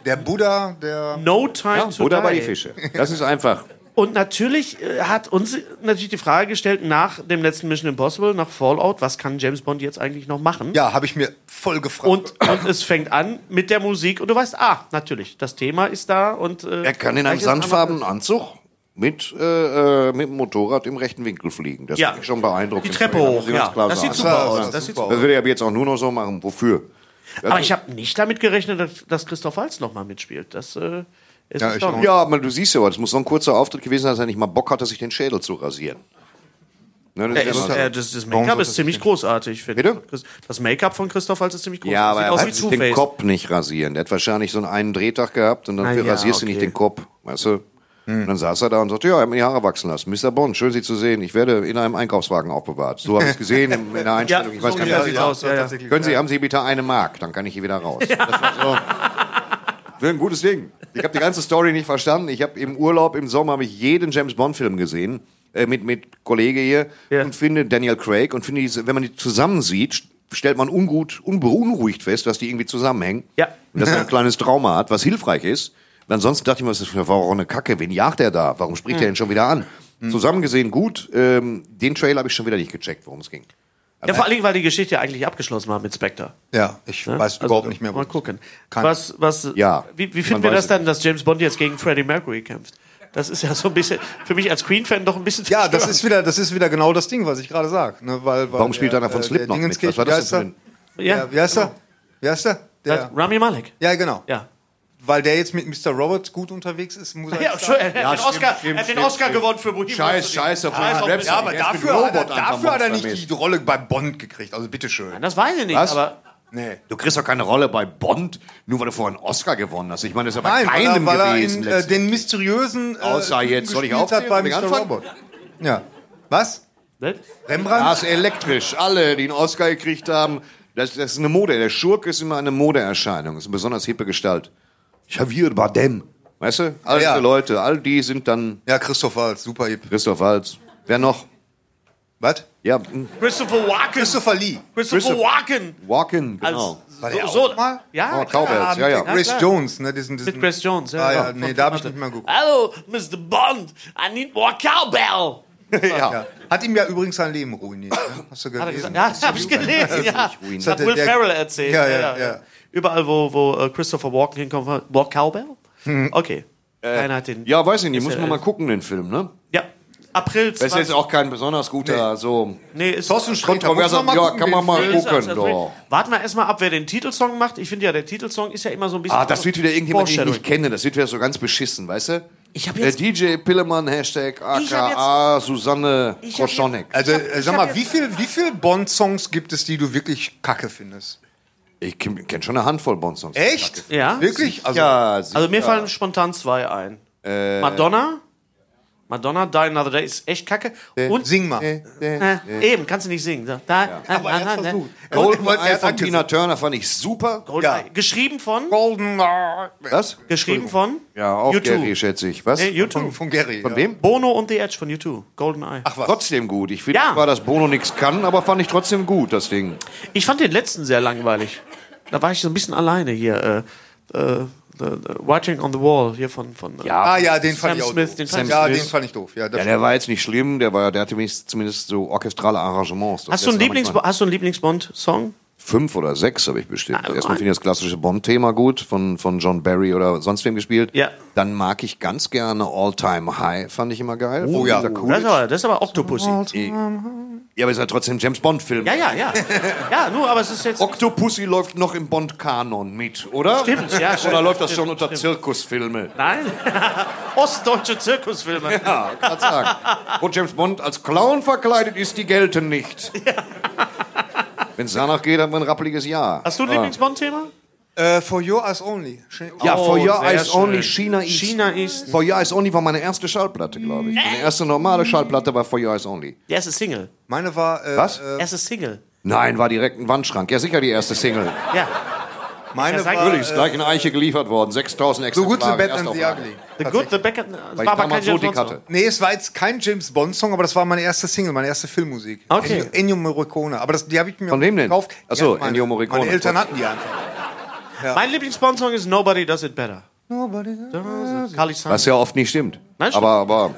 der Buddha, der
no time
Ja,
to
oder
die.
bei die Fische. Das ist einfach.
Und natürlich äh, hat uns natürlich die Frage gestellt nach dem letzten Mission Impossible, nach Fallout, was kann James Bond jetzt eigentlich noch machen?
ja, habe ich mir voll gefragt.
Und, und es fängt an mit der Musik und du weißt, ah, natürlich, das Thema ist da und äh,
Er kann in einem
gleich ist
sandfarbenen Anzug mit, äh, äh, mit dem Motorrad im rechten Winkel fliegen. Das
Ja.
ist schon beeindruckend.
Die Treppe
Das muss
hoch,
ich ganz
ja.
klar
Das sieht
sagen.
super aus.
Das
Das sieht
super
super
Das würde ich aber jetzt auch nur noch so machen. Wofür?
Aber ich habe nicht damit gerechnet, dass, dass Christoph Walz nochmal mitspielt. Das äh, ist
Ja, ich
erstaunlich.
Ja, aber du siehst ja, das muss so ein kurzer Auftritt gewesen sein, dass er nicht mal Bock hatte, sich den Schädel zu rasieren. Ne, das
Der
ist
ist,
immer so.
äh, das das Make-up ist ziemlich großartig, finde
Bitte?
ich. Das Make-up von Christoph Walz ist ziemlich großartig.
ja, aber er hat
Sieht
sich
aus wie
den
Two-Face.
Kopf nicht rasieren. Der hat wahrscheinlich so einen einen Drehtag gehabt und dann
Na ja,
rasierst du
okay.
nicht den Kopf, weißt du? Und dann saß er da und sagte, ja, er hat mir die Haare wachsen lassen. Mr. Bond, schön Sie zu sehen. Ich werde in einem Einkaufswagen aufbewahrt. So habe ich es gesehen in in der
Ja,
Einstellung. ich weiß
so
gar nicht,
ungefähr
was
sieht's
ich-
aus. Ja, ja.
Können Sie, haben Sie bitte eine Mark, dann kann ich hier wieder raus. Das war so. Das ist ein gutes Ding. Ich habe die ganze Story nicht verstanden. Ich habe im Urlaub im Sommer habe ich jeden James Bond Film gesehen äh, mit mit Kollege hier
Ja.
und finde Daniel Craig und finde diese- wenn man die zusammen sieht, stellt man ungut, unbeunruhigt fest, dass die irgendwie zusammenhängen.
Ja.
Und dass man ein kleines Trauma hat, was hilfreich ist. Weil ansonsten dachte ich mir, das ist für auch eine Kacke. Wen jagt er da? Warum spricht
Hm.
er denn schon wieder an? Zusammen gesehen gut. Ähm, den Trailer habe ich schon wieder nicht gecheckt, worum es ging.
Ja, vor allem, weil die Geschichte ja eigentlich abgeschlossen war mit Spectre.
Ja, ich weiß
Also,
überhaupt nicht mehr.
Mal
worum es
gucken.
Kein-
was, was,
Ja,
Wie, wie
man
finden wir
weiß
das
es.
dann, dass James Bond jetzt gegen Freddie Mercury kämpft? Das ist ja so ein bisschen, für mich als Queen-Fan doch ein bisschen
Ja, das
verstörend.
ist wieder, das ist wieder genau das Ding, was ich gerade sage. Ne? Weil, weil
Warum spielt
der,
einer von
äh, der
Slipknot mit?
Dingenskirchen-
Was war das
wie
denn
heißt
Ja, Genau.
er? Ja, wie heißt er? Wie heißt er? Der,
Rami Malek.
ja, genau.
Ja.
Weil der jetzt mit Mr. Roberts gut unterwegs ist, muss er
Ja,
jetzt
schon,
sagen.
er hat den Oscar, er hat den Oscar gewonnen für Bohemian
Scheiß,
Rhapsody.
scheiß auf
Scheiß
Bohemian
auf
Rhapsody.
Ja, aber
Jetzt mit
dafür hat, er,
Robot einfach
dafür hat er
monstermäßig.
nicht die Rolle bei Bond gekriegt. Also bitteschön.
Das weiß ich nicht,
Was?
aber
Nee.
Du kriegst doch keine Rolle bei Bond, nur weil du vorher einen Oscar gewonnen hast. Ich meine, das ist ja bei
Nein, weil er,
keinem
weil er
gewesen.
in, äh,
letztendlich.
den mysteriösen äh,
Außer
Typen
jetzt. Soll ich
gespielt hat
aufzählen?
bei
Soll ich
Mr.
anfangen?
Robert. Ja. Was?
ne?
Ja,
Rembrandt?
ist elektrisch. Alle, die einen Oscar gekriegt haben, das, das ist eine Mode. Der Schurke ist immer eine Modeerscheinung. Ist eine besonders hippe Gestalt. Javier Bardem. Weißt du? Alte
Ja.
Leute, all die sind dann
Ja, Christoph Waltz, super hip.
Christoph Waltz. Wer noch?
Was?
Ja, m,
Christopher Walken.
Christopher Lee.
Christopher Walken.
Walken,
Als,
genau.
so,
War der auch
so,
mal?
Ja,
Oh, Cowbells, ja, ja.
Grace
klar.
Jones, ne? Diesen, diesen,
mit Chris Jones. Ja,
Ah, ja,
Von-
nee,
von-
da hab ich
warte.
nicht mehr geguckt.
Hello, Mr. Bond, I need more cowbell.
ja.
Ja. Hat ihm ja übrigens sein Leben ruiniert. Ne? Hast du
Hat er
gelesen?
gesagt? Ja, habe ich gelesen. Ja.
ruiniert.
Das hat
Der-
Will
der-
Ferrell erzählt.
Ja, ja, ja.
Überall, wo, wo äh, Christopher Walken hinkommt, war Walk Cowbell?
Hm.
Okay. Keiner hat den.
Äh, ja, weiß ich nicht. Muss
ja
man mal
elf.
gucken, den Film, ne?
Ja. April
Das ist
20
jetzt auch kein besonders guter, so
Nee, ist also
Thorsten Sträter, muss
kontroverser.
man mal
Ja,
gucken,
kann
den
man mal
Nee, ist als-
gucken,
als-
doch.
Warten wir erstmal ab, wer den Titelsong macht. Ich finde ja, der Titelsong ist ja immer so ein bisschen.
Ah, das wird wieder irgendjemand, den ich
Vorstellung.
nicht kenne. Das wird wieder so ganz beschissen, weißt du?
Ich hab jetzt-
Der DJ Pillemann, Hashtag
Ich hab
aka Susanne
Ich hab jetzt-
Kroschonek.
Also,
Ich hab-
äh,
ich
sag
hab
mal,
jetzt-
wie viel, wie viel Bond-Songs gibt es, die du wirklich kacke findest?
Ich kenne schon eine Handvoll Bond-Songs.
Echt?
Ja.
Wirklich? Also,
Ja, sie-
Also mir fallen spontan zwei ein. Madonna. Madonna, Die Another Day ist echt kacke. Und
sing mal.
äh, eben, kannst du nicht singen. So, Da, äh, da,
Aber er
da,
hat
da.
versucht. Er
Goldeneye
hat
von Tina
angesagt.
Turner fand ich super.
Gold-
Ja.
Äh, Geschrieben von.
Goldeneye.
Was?
Geschrieben von.
Ja, auch
U2.
Gary, schätze ich. Was?
Äh,
Von,
YouTube.
von Gary.
Von
ja.
wem?
Bono und The Edge von U2. Golden Eye.
Ach was.
Trotzdem gut. Ich finde
Ja.
zwar, dass Bono nichts kann, aber fand ich trotzdem gut, das Ding.
Ich fand den letzten sehr langweilig. Da war ich so ein bisschen alleine hier. Äh, äh, the, the Watching on the Wall hier von. von äh,
Ah ja, den
Sam
fand ich auch
Smith,
doof.
den fand ich
ja,
doof.
den fand ich doof. Ja, das
Ja, der war jetzt nicht schlimm, der, war, der hatte wenigstens zumindest so orchestrale Arrangements. Das
Hast du,
letzte
einen
Mal
Lieblings
manchmal-
hast du einen Lieblingsbond-Song?
Fünf oder sechs habe ich bestimmt.
Ah,
Erstmal
ein-
finde ich das klassische Bond-Thema gut, von, von John Barry oder sonst wem gespielt.
Ja.
Dann mag ich ganz gerne All Time High, fand ich immer geil.
Oh ja.
Das ist aber, das ist aber Octopussy.
Oh,
Ja, aber es ist ja trotzdem ein James Bond-Film.
Ja, ja, ja. Ja, nur, aber es ist jetzt.
Octopussy läuft noch im Bond-Kanon mit, oder?
Stimmt, ja, stimmt,
Oder läuft das
stimmt,
schon unter
stimmt.
Zirkusfilme?
Nein. Ostdeutsche Zirkusfilme.
Ja, kann sagen. Wo James Bond als Clown verkleidet ist, die gelten nicht. Wenn es danach geht, haben wir ein rappeliges Jahr.
Hast du ein Lieblingsbond-Thema?
Äh, for Your Eyes Only. Schön-
Ja,
Oh,
For Your
sehr
Eyes
schön.
Only, China East.
China East.
For Your Eyes Only war meine erste Schallplatte, glaube ich. Meine erste normale Schallplatte war For Your Eyes Only.
Der ist ein Single.
Meine war, äh,
Was?
Äh,
Er ist ein Single.
Nein, war direkt ein Wandschrank. Ja, sicher die erste Single.
Ja.
meine
Ja, sag-
war äh,
Natürlich, ist gleich in Eiche geliefert worden. 6000
So
Exemplare.
Good, The Bad
erst
and
auf
The
Lager.
Ugly.
The Good, the Bad, äh, das
Weil
war
ich
aber kein
damals so
James
dick hatte.
Bond-Song.
Nee, es war jetzt kein James Bond Song, aber das war meine erste Single, meine erste Filmmusik.
Okay.
Ennio- Ennio Morricone. Aber das, die habe ich mir
Von wem denn?
gekauft.
Ach so,
meine-
Ennio Morricone.
Meine Eltern hatten die einfach.
Mein Lieblingsbond-Song ist Nobody Does It Better. Carly Simon.
Was ja oft nicht stimmt.
Nein, stimmt.
aber, aber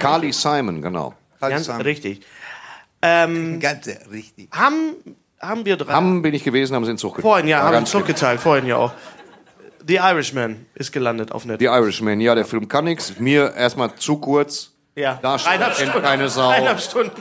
Carly Simon, genau.
Ganz richtig.
Ganz äh, richtig.
Haben, haben wir drei.
Haben bin ich gewesen, haben sie in Zug geteilt.
vorhin, ja,
War
haben wir
ganz schlimm.
zurückgeteilt. Vorhin ja auch. The Irishman ist gelandet auf
The
Netflix.
Irishman, ja, der Film kann nix. Mir erstmal zu kurz.
Ja.
Da
Dreieinhalb
kennt
Stunden.
keine Sau.
Eineinhalb Stunden.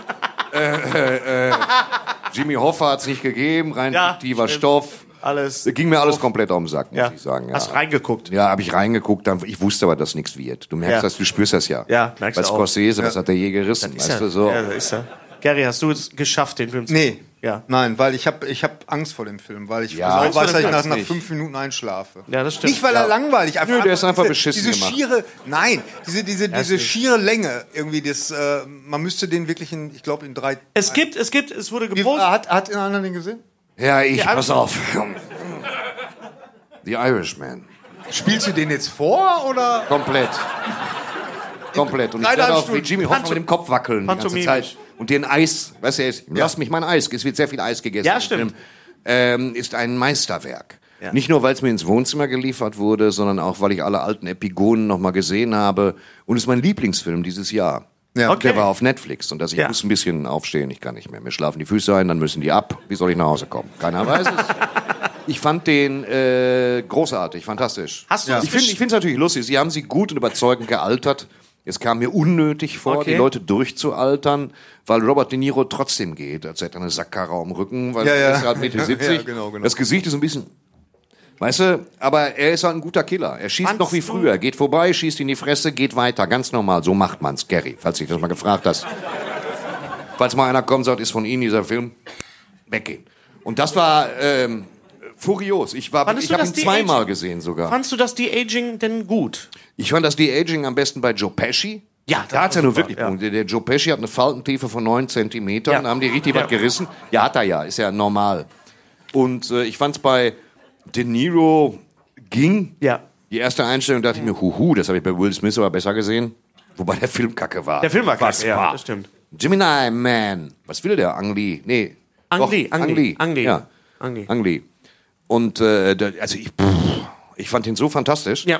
Jimmy Hoffa hat's nicht gegeben, rein
Ja,
fiktiver
stimmt.
Stoff.
Alles.
Ging mir alles komplett auf den Sack, muss
Ja.
ich sagen. Ja.
Hast reingeguckt.
Ja, habe ich reingeguckt, dann, ich wusste aber, dass nichts wird. Du merkst
Ja.
das, du spürst das ja.
Ja, merkst
Bei
du auch.
Scorsese, was hat der je gerissen?
Ist
weißt
er.
du, so.
Ja, ist er. Gary, hast du es geschafft, den Film zu
Nee.
Ja.
Nein, weil ich habe ich hab Angst vor dem Film, weil ich
Ja.
genau weiß, dass ich nach,
Angst
nach
nicht.
fünf Minuten einschlafe.
Ja, das stimmt.
Nicht, weil er langweilig einfach.
Nö, der ist einfach
diese,
beschissen
Diese
gemacht.
schiere, nein, diese, diese, diese schiere Länge irgendwie, das, äh, man müsste den wirklich in, ich glaube, in drei.
Es gibt, es gibt, es wurde
Wie, äh,
gepostet.
hat, hat in anderen den gesehen?
ja ich,
Ja, also-
pass auf. The Irishman.
Spielst du den jetzt vor oder?
Komplett. Komplett. Und ich
Dreieinhalb
werde auch wie
Stunden.
Jimmy Hoffmann
Panto-
mit dem Kopf wackeln die ganze
Pantomimisch.
Zeit. Und dir ein Eis, weißt du, er ist, lass mich mein Eis, es wird sehr viel Eis gegessen.
Ja,
im
stimmt.
Film, Ähm, ist ein Meisterwerk. Nicht nur, weil es mir ins Wohnzimmer geliefert wurde, sondern auch, weil ich alle alten Epigonen nochmal gesehen habe. Und es ist mein Lieblingsfilm dieses Jahr.
Ja.
Okay.
Der war auf Netflix und dass ich
Ja.
muss ein bisschen aufstehen, ich kann nicht mehr. Mir schlafen die Füße ein, dann müssen die ab. Wie soll ich nach Hause kommen? Keiner weiß es. Ich fand den äh, großartig, fantastisch.
Hast du
ja.
das
Ich finde
gesch-
es natürlich lustig. Sie haben sie gut und überzeugend gealtert. Es kam mir unnötig vor,
Okay.
die Leute durchzualtern, weil Robert De Niro trotzdem geht, als hätte er eine Sackkarre am Rücken, weil
Ja, ja.
er ist gerade Mitte
Ja,
70.
genau, genau.
Das Gesicht ist ein bisschen Weißt du, aber er ist halt ein guter Killer. Er schießt
Fandst
noch wie
du-
früher, geht vorbei, schießt in die Fresse, geht weiter. Ganz normal, so macht man's, Gary, falls dich das mal gefragt hast. falls mal einer kommt und sagt, ist von Ihnen dieser Film, weggehen. Und das war ähm, furios. Ich, war-
Fandest
ich
du
habe
das
ihn
die
zweimal
Aging-
gesehen sogar.
Fandst du das De-Aging denn gut?
Ich fand das De-Aging am besten bei Joe Pesci.
Ja, das
da hat er
war
nur
super,
wirklich
ja.
Punkte. Der Joe Pesci hat eine Faltentiefe von 9 Zentimetern.
Ja.
Da haben die richtig
Ja.
was gerissen. Ja, hat er ja. Ist ja normal. Und äh, ich fand's bei De Niro ging.
Ja.
Die erste Einstellung dachte ich mir, huhu, das habe ich bei Will Smith aber besser gesehen. Wobei der Film kacke war.
Der Film war
Was
kacke, ja,
war?
das stimmt.
Gemini Man. Was will der? Ang Lee? Nee.
Ang
doch,
Lee, Ang
Ang
Lee,
Lee.
Ang Lee.
Ja.
Ang Lee.
Ang Lee. Und äh, da, also ich, pff, ich fand ihn so fantastisch.
Ja.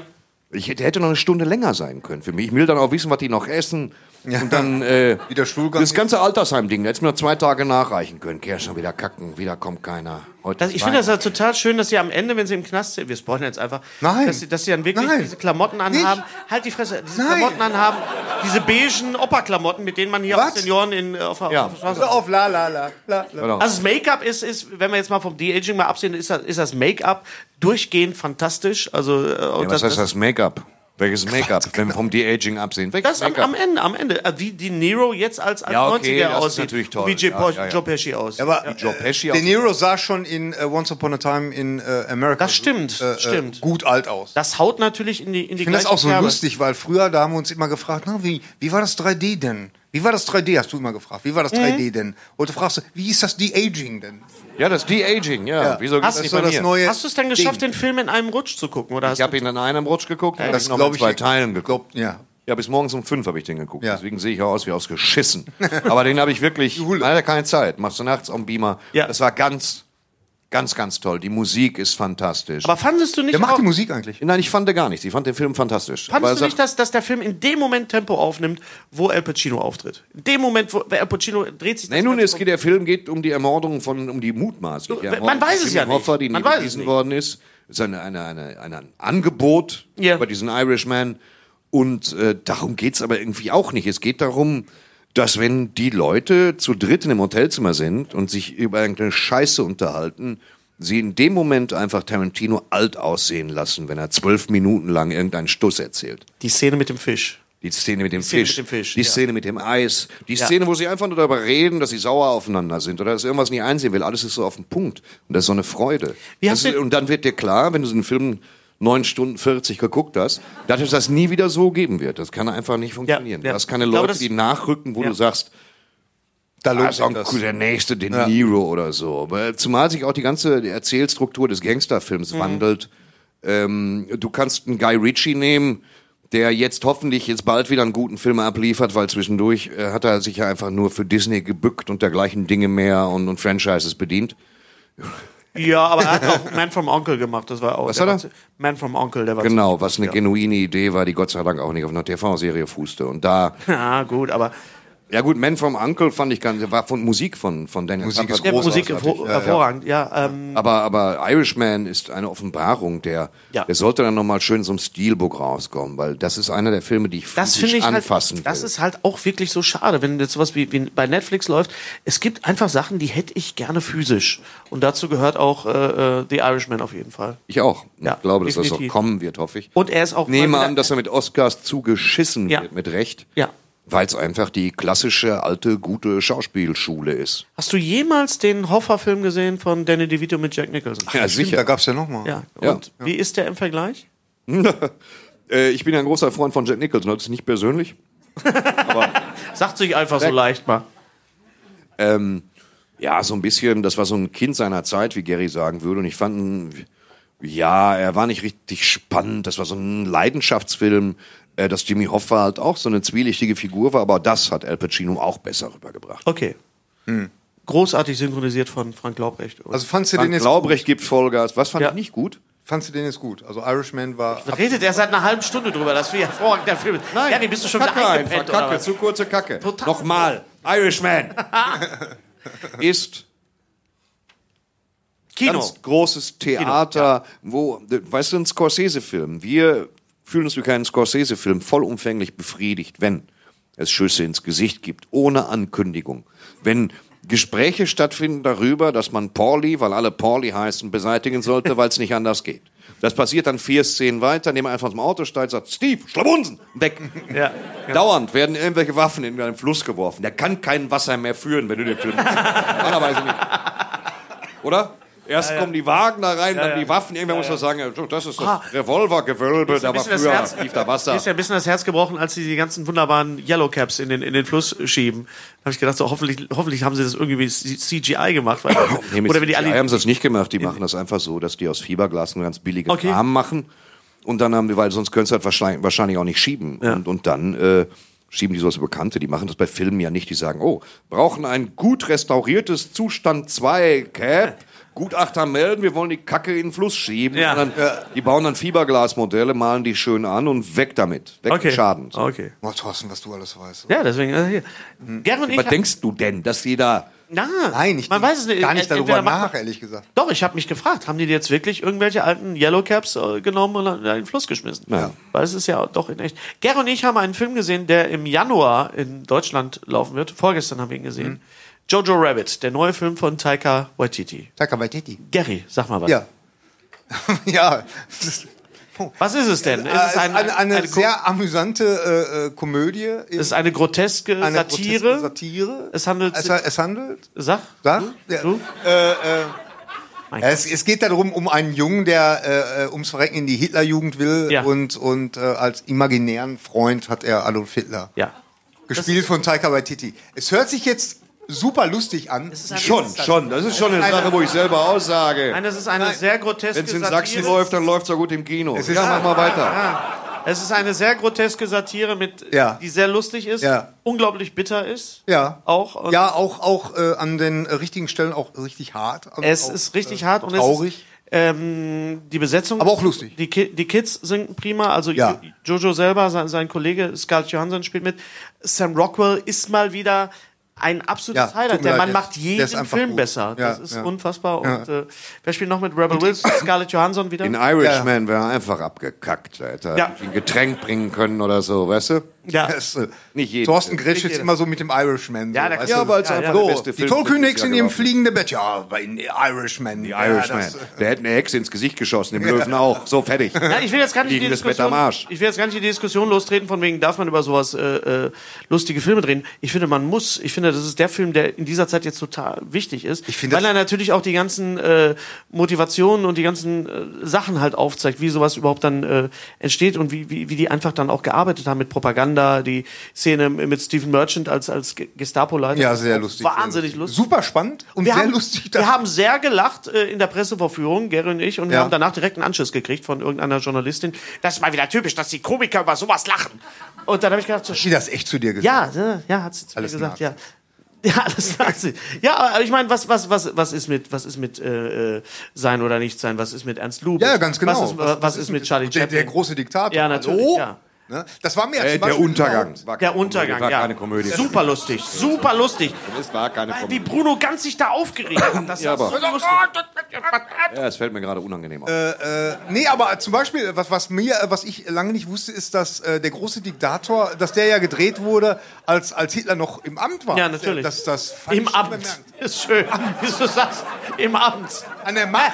Ich hätte, hätte noch eine Stunde länger sein können für mich. Ich will dann auch wissen, was die noch essen. Und dann äh,
Wie der Stuhlgang
das
ist.
ganze Altersheim-Ding. da Hätte es mir noch zwei Tage nachreichen können. Kehr schon wieder kacken, wieder kommt keiner. Heute
Das,
ist
ich finde das
Weihnachten.
ja total schön, dass sie am Ende, wenn sie im Knast sind, wir spoilern jetzt einfach,
Nein.
Dass, sie, dass sie dann wirklich
Nein.
diese Klamotten anhaben. Halt die Fresse, diese Klamotten anhaben, diese beigen Opa-Klamotten, mit denen man hier
Was?
auch Senioren in, äh, auf, der-
Ja.
auf der Straße.
Hör auf, la, la, la, la, la.
Also das Make-up ist, ist, wenn wir jetzt mal vom De-Aging mal absehen, ist das, ist das Make-up durchgehend fantastisch. Also, äh, und
Ja, was
das,
heißt das Make-up? Welches Make-up? Wenn wir vom De-Aging absehen. Welches
Das am,
Make-up?
am Ende, am Ende. Äh, Wie die Niro jetzt als, als
Ja, okay,
90er
das ist
aussieht.
natürlich toll.
Wie Joe
Ja, ja,
Pesci-
ja.
Joe Pesci aussieht.
Aber
Joe Pesci
De
aus-
Niro sah schon in äh, Once Upon a Time in äh, America.
Das stimmt,
äh, äh,
stimmt.
Gut alt aus.
Das haut natürlich in die in
Ich
die
finde das
gleiche
auch so
Kerbe.
lustig, weil früher, da haben wir uns immer gefragt, na, wie, wie war das 3D denn? Wie war das 3D, hast du immer gefragt. Wie war das 3D
Mhm.
denn? Und du fragst, wie ist das De-Aging denn?
Ja, das De-Aging, ja. Wieso gibt's
Hast-
das nicht
das
bei
war
mir?
das neue
Hast du es denn geschafft,
Ding.
den Film in einem Rutsch zu gucken? Oder hast
Ich habe ihn in einem Rutsch geguckt und
Das
das noch
glaub
in
ich
zwei
nicht.
Teilen geguckt.
Glaub, ja.
Ja, bis morgens um fünf habe ich den geguckt.
Ja.
Deswegen sehe ich auch aus wie ausgeschissen. Aber den habe ich wirklich leider keine Zeit. Machst du nachts am Beamer.
Ja.
Das war ganz, ganz, ganz toll. Die Musik ist fantastisch.
aber fandest du nicht,
Wer macht
auch,
die Musik eigentlich?
Nein, ich fand gar nichts. Ich fand den Film fantastisch. Aber er
fandest du
sagt-
nicht dass, dass der Film in dem Moment Tempo aufnimmt, wo Al Pacino auftritt? In dem Moment, wo Al Pacino dreht sich das
Nee, nun,
Ganze
es
um.
geht, der Film geht um die Ermordung von, um die mutmaßliche
Man
Ermordung
weiß
von
es ja
Jimmy Hoffa,
nicht.
die
Man
nie
weiß es
bewiesen
nicht.
worden ist. Es ist eine, eine, eine, eine, ein Angebot
Ja.
über diesen Irishman. Und äh, darum geht's aber irgendwie auch nicht. Es geht darum, dass wenn die Leute zu dritt in einem Hotelzimmer sind und sich über irgendeine Scheiße unterhalten, sie in dem Moment einfach Tarantino alt aussehen lassen, wenn er zwölf Minuten lang irgendeinen Stuss erzählt.
Die Szene mit dem Fisch.
Die Szene mit dem,
Szene
Fisch,
mit dem Fisch,
die
ja.
Szene mit dem Eis, die Szene, wo sie einfach nur darüber reden, dass sie sauer aufeinander sind oder dass irgendwas nicht einsehen will. Alles ist so auf den Punkt. Und das ist so eine Freude.
Wie
Das
hast
ist,
du-
und dann wird dir klar, wenn du so einen Film 9 Stunden 40 geguckt hast, dass es das nie wieder so geben wird. Das kann einfach nicht funktionieren.
Ja, ja.
Du hast keine
Ich glaube,
Leute,
das-
die nachrücken, wo
Ja.
du sagst,
Da
ah,
lohnt
ist auch
sich
ein
das.
cool, der nächste De Niro oder so. Aber Zumal sich auch die ganze Erzählstruktur des
Mhm.
Gangsterfilms wandelt. Ähm, du kannst einen Guy Ritchie nehmen, der jetzt hoffentlich jetzt bald wieder einen guten Film abliefert, weil zwischendurch äh, hat er sich ja einfach nur für Disney gebückt und dergleichen Dinge mehr und, und Franchises bedient.
Ja, aber er hat auch Man from Uncle gemacht. Das war auch.
Was
der
hat
war
er?
zu- Man from Uncle, der war.
Genau, was eine genuine Idee war, die Gott sei Dank auch nicht auf einer TV-Serie fußte. Und da,
zu- Ja, Ah, gut, aber
ja gut, Man from Uncle fand ich ganz, war von Musik von, von Daniel
Musik
Kampert
ist
der
groß.
großartig.
Musik hervor, hervorragend. Ja, ähm,
Aber, aber Irishman ist eine Offenbarung, der,
Ja.
der sollte dann nochmal schön in so einem Steelbook rauskommen, weil das ist einer der Filme, die ich
das finde
physisch
ich halt,
anfassen will.
das ist halt auch wirklich so schade, wenn jetzt sowas wie, wie bei Netflix läuft. Es gibt einfach Sachen, die hätte ich gerne physisch. Und dazu gehört auch äh, äh, The Irishman auf jeden Fall.
ich auch.
Ja,
ich glaube, dass das
definitiv.
auch kommen wird, hoffe ich.
Und er ist auch
nehme
mal wieder-
an, dass er mit Oscars zugeschissen
Ja.
wird, mit Recht.
Ja.
Weil es einfach die klassische, alte, gute Schauspielschule ist.
Hast du jemals den Hoffer-Film gesehen von Danny DeVito mit Jack Nicholson?
Ja,
Stimmt, da gab es ja nochmal.
Ja.
Ja.
Und wie ist der im Vergleich?
Äh, ich bin ja ein großer Freund von Jack Nicholson, das ist nicht persönlich.
Sagt sich einfach so leicht mal.
Ähm, ja, so ein bisschen, das war so ein Kind seiner Zeit, wie Gary sagen würde. Und ich fand, ihn, ja, er war nicht richtig spannend. Das war so ein Leidenschaftsfilm. Äh, äh, dass Jimmy Hoffa halt auch so eine zwielichtige Figur war, aber das hat Al Pacino auch besser rübergebracht.
Okay.
Hm.
Großartig synchronisiert von Frank Laubrecht. Und
Also fandst du den
Frank
jetzt
Laubrecht gibt Vollgas. Was fand
Ja.
ich nicht gut?
fandst du den jetzt gut? Also Irishman war
Da redet er seit einer halben Stunde drüber, dass wir hervorragend der Film ist. Nein, ja, bist du schon wieder
Kacke
eingepennt,
einfach,
oder
Kacke,
was?
zu kurze Kacke.
Total.
Nochmal, Irishman ist
Kino.
ganz großes Theater, wo, weißt du, ein Scorsese-Film. Wir fühlen uns wie keinen Scorsese-Film vollumfänglich befriedigt, wenn es Schüsse ins Gesicht gibt, ohne Ankündigung. Wenn Gespräche stattfinden darüber, dass man Pauli, weil alle Pauli heißen, beseitigen sollte, weil es nicht anders geht. Das passiert dann vier Szenen weiter, indem er einfach zum Auto steigt und sagt, Steve, Schlabunsen, weg.
Ja.
Dauernd werden irgendwelche Waffen in einen Fluss geworfen. Der kann kein Wasser mehr führen, wenn du den Film. Normalerweise nicht. Oder? Erst kommen die Wagen da rein, dann die Waffen. Irgendwer muss doch sagen, ja, so, das ist das Revolvergewölbe, da war
bisschen das
früher
Herz-
lief da Wasser.
Mir ist ja ein bisschen das Herz gebrochen, als sie die ganzen wunderbaren Yellow Caps in den, in den Fluss schieben. Da habe ich gedacht, so, hoffentlich, hoffentlich haben sie das irgendwie mit CGI gemacht. Weil,
Nee, mit
oder wenn die
CGI haben
alle.
sie das nicht gemacht. Die machen das einfach so, dass die aus Fiberglas einen ganz billigen
Okay.
Rahmen machen. Und dann haben die, weil sonst können sie das wahrscheinlich, wahrscheinlich auch nicht schieben. Und, und dann äh, schieben die sowas Bekannte. Die machen das bei Filmen ja nicht. Die sagen, oh, brauchen ein gut restauriertes Zustand 2 Cap. Gutachter melden, wir wollen die Kacke in den Fluss schieben.
Ja.
Und dann, Die bauen dann Fiberglasmodelle, malen die schön an und weg damit. Weg
Okay.
mit Schaden.
Okay.
Boah, Thorsten, was du alles weißt.
Ja, deswegen. Also hier. Gern und ich.
Was Hm. denkst du denn, dass jeder
na,
Nein, ich
man
denk
weiß es nicht.
gar nicht
Entweder
darüber
macht man-
nach, ehrlich gesagt.
Doch, ich habe mich gefragt, haben die jetzt wirklich irgendwelche alten Yellow Caps äh, genommen und in den Fluss geschmissen?
Ja.
Weil es ist ja doch in echt. Ger und ich haben einen Film gesehen, der im Januar in Deutschland laufen wird. Vorgestern haben wir ihn gesehen.
Mhm.
Jojo Rabbit, der neue Film von Taika Waititi.
Taka Waititi.
Gary, sag mal was.
Ja. ja. Es ist-
Was ist es denn? Ist
äh,
es ein,
eine, eine,
eine,
sehr
Ko-
amüsante äh, äh, Komödie.
es ist eine groteske
eine
Satire.
groteske Satire.
Es handelt
es,
sich- Äh,
es handelt
Sag.
Sag?
Du?
Ja.
Du?
Es, es geht darum, um einen Jungen, der äh, ums Verrecken in die Hitlerjugend will
Ja.
und, und äh, als imaginären Freund hat er Adolf Hitler.
Ja.
Gespielt von Taika Waititi. Es hört sich jetzt super lustig an. Es
Schon, schon. Das ist schon eine Sache, wo ich selber aussage.
Nein, es ist eine sehr groteske
Wenn es in
Satire.
Sachsen läuft, dann läuft es auch gut im Kino.
ist-
ja, mach mal weiter.
Es ist eine sehr groteske Satire, mit,
Ja.
die sehr lustig ist,
Ja.
unglaublich bitter ist.
ja.
Auch. Und
ja, auch, auch äh, an den äh, richtigen Stellen auch richtig hart. Also
Es
auch, äh,
ist richtig hart und es ist,
traurig.
ähm, die Besetzung.
Aber auch lustig.
Die, Ki die Kids singen prima. Also
Ja.
Jo- Jojo selber, sein, sein Kollege Scarlett Johansson spielt mit. Sam Rockwell ist mal wieder ein absolutes
Ja, tut
Highlight.
mir
Der
leid,
Mann
der
macht
ist- der
jeden
ist einfach
Film
gut.
besser.
Ja,
das ist
ja.
unfassbar.
Ja.
Und äh, wer spielt noch mit Rebel Wills? Scarlett Johansson wieder.
In Irishman wäre er einfach abgekackt. Da hätte er
Ja.
ein Getränk bringen können oder so, weißt du?
ja.
Es, äh,
Nicht jeden.
Thorsten Gresch
jeder.
jetzt immer so mit dem Irishman.
Ja,
so,
der-
weißt
Ja,
du?
weil es
ja,
einfach
ja.
der
So,
beste
Die
Film
Tolkien Hex in ihrem
gelaufen ist.
fliegenden Bett. Ja, bei den Irishman.
Die
ja,
Irishman.
das, äh,
der hätte eine Hexe ins Gesicht geschossen, dem Löwen auch. So, fertig.
Ja, ich will jetzt gar nicht in die
Liegendes Bett am
Diskussion,
Arsch.
ich will jetzt gar nicht in die Diskussion lostreten, von wegen darf man über sowas äh, äh, lustige Filme drehen. Ich finde, man muss. Ich finde, das ist der Film, der in dieser Zeit jetzt total wichtig ist,
Ich finde
weil
das-
er natürlich auch die ganzen äh, Motivationen und die ganzen äh, Sachen halt aufzeigt, wie sowas überhaupt dann äh, entsteht und wie, wie, wie die einfach dann auch gearbeitet haben mit Propaganda, die Szene mit Stephen Merchant als als Ge- Gestapo-Leiter.
ja, sehr lustig.
Wahnsinnig lustig.
Super spannend und
Wir
sehr
haben,
lustig.
Wir haben sehr gelacht äh, in der Pressevorführung, Gary und ich, und wir
Ja.
haben danach direkt einen Anschiss gekriegt von irgendeiner Journalistin. Das ist mal wieder typisch, dass die Komiker über sowas lachen. Und dann habe ich gedacht, so,
Hat die das echt zu dir gesagt?
ja, äh, ja, hat sie zu
Alles
mir gesagt,
Nazi.
ja. Ja, alles Nazi. Ja, aber ich meine, was, was, was, was ist mit, was ist mit äh, äh, sein oder nicht sein? Was ist mit Ernst Lubitsch?
Ja, ganz genau.
Was ist, was, ist mit Charlie
der,
Chaplin?
der große Diktator.
Ja, natürlich,
Hallo?
ja.
Ne? Das war mir ja
Äh,
zum
der
Beispiel
Untergang.
überhaupt-
War keine
der Untergang,
Komödie, war
ja.
keine Komödie.
Super lustig, super lustig.
Das war keine
Wie
Komödie.
Bruno ganz sich da aufgeregt hat. Das
Ja,
war so
aber-
lustig.
Ja, das fällt mir gerade unangenehm auf.
Nee, aber zum Beispiel, was, was mir, äh, was ich lange nicht wusste, ist, dass äh, der große Diktator, dass der ja gedreht wurde, als, als Hitler noch im Amt war.
Ja, natürlich.
Das, das fand
Im
ich schon
Amt.
bemerkenswert.
Ist schön. Wieso sagst du im Amt?
An der Macht.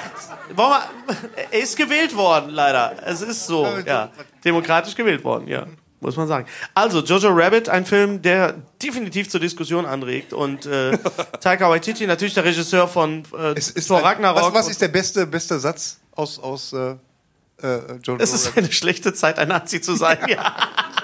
Wollen wir, er ist gewählt worden, leider. Es ist so,
Also,
ja. Demokratisch gewählt worden, ja. Muss man sagen. Also, Jojo Rabbit, ein Film, der definitiv zur Diskussion anregt. Und äh, Taika Waititi, natürlich der Regisseur von äh,
Es ist
Thor
ein- Was,
Ragnarok.
was ist der beste, beste Satz aus, aus äh, äh, John
Es ist eine schlechte Zeit, ein Nazi zu sein. Ja.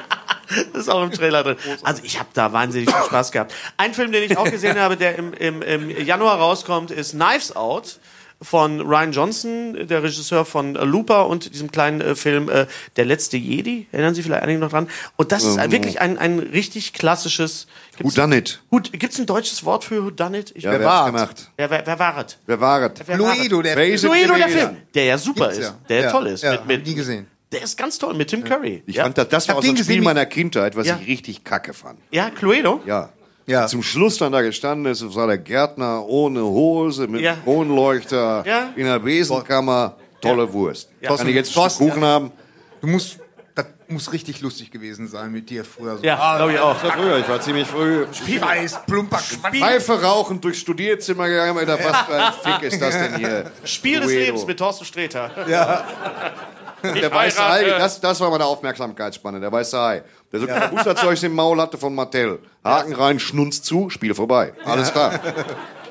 Das ist auch im Trailer drin. Also ich habe da wahnsinnig viel Spaß gehabt. Ein Film, den ich auch gesehen habe, der im, im, im Januar rauskommt, ist Knives Out von Ryan Johnson, der Regisseur von äh, Looper und diesem kleinen äh, Film äh, Der letzte Jedi. Erinnern Sie vielleicht einige noch dran? Und das ist ein, wirklich ein, ein richtig klassisches. Gibt's,
Ähm. Whodunit.
Gut, gibt's ein deutsches Wort für Whodunit? Ich,
Ja, wer hat's gemacht?
wer, wer, wer war es?
Wer war es?
Wer war es?
Luido, der
Raised-
Cluedo, der
Gibt's
Film, der ja super
Gibt's
ist,
ja.
der
Ja,
toll ist.
ja, hab nie gesehen.
Der ist ganz toll mit Tim Curry.
Ich
ja.
fand das, das
hab
war so
den
ein Spiel
gesehen, wie-
meiner Kindheit, was
Ja.
ich richtig kacke fand.
ja, Cluedo.
Ja.
Ja.
Zum Schluss dann da gestanden ist, es war der Gärtner ohne Hose, mit
Ja.
Kronleuchter,
Ja.
in der Besenkammer. Tolle Wurst.
Ja.
Kann ich jetzt einen Stück Kuchen haben?
Du musst, das muss richtig lustig gewesen sein mit dir früher. So.
Ja,
Ah,
glaube ich auch.
Das war früher, ich war ziemlich früh.
Scheiß, plumper Quatsch.
Pfeife rauchend durchs Studierzimmer gegangen, Alter, was für ein Fick ist das denn hier?
Spiel des
Cluedo.
Lebens mit Thorsten Sträter.
Der weiße
heirate.
Hai, das, das war meine Aufmerksamkeitsspanne, der weiße Hai. Der so ja. Boosterzeug im Maul hatte von Mattel. Haken rein, Schnunz zu, Spiel vorbei. Alles klar.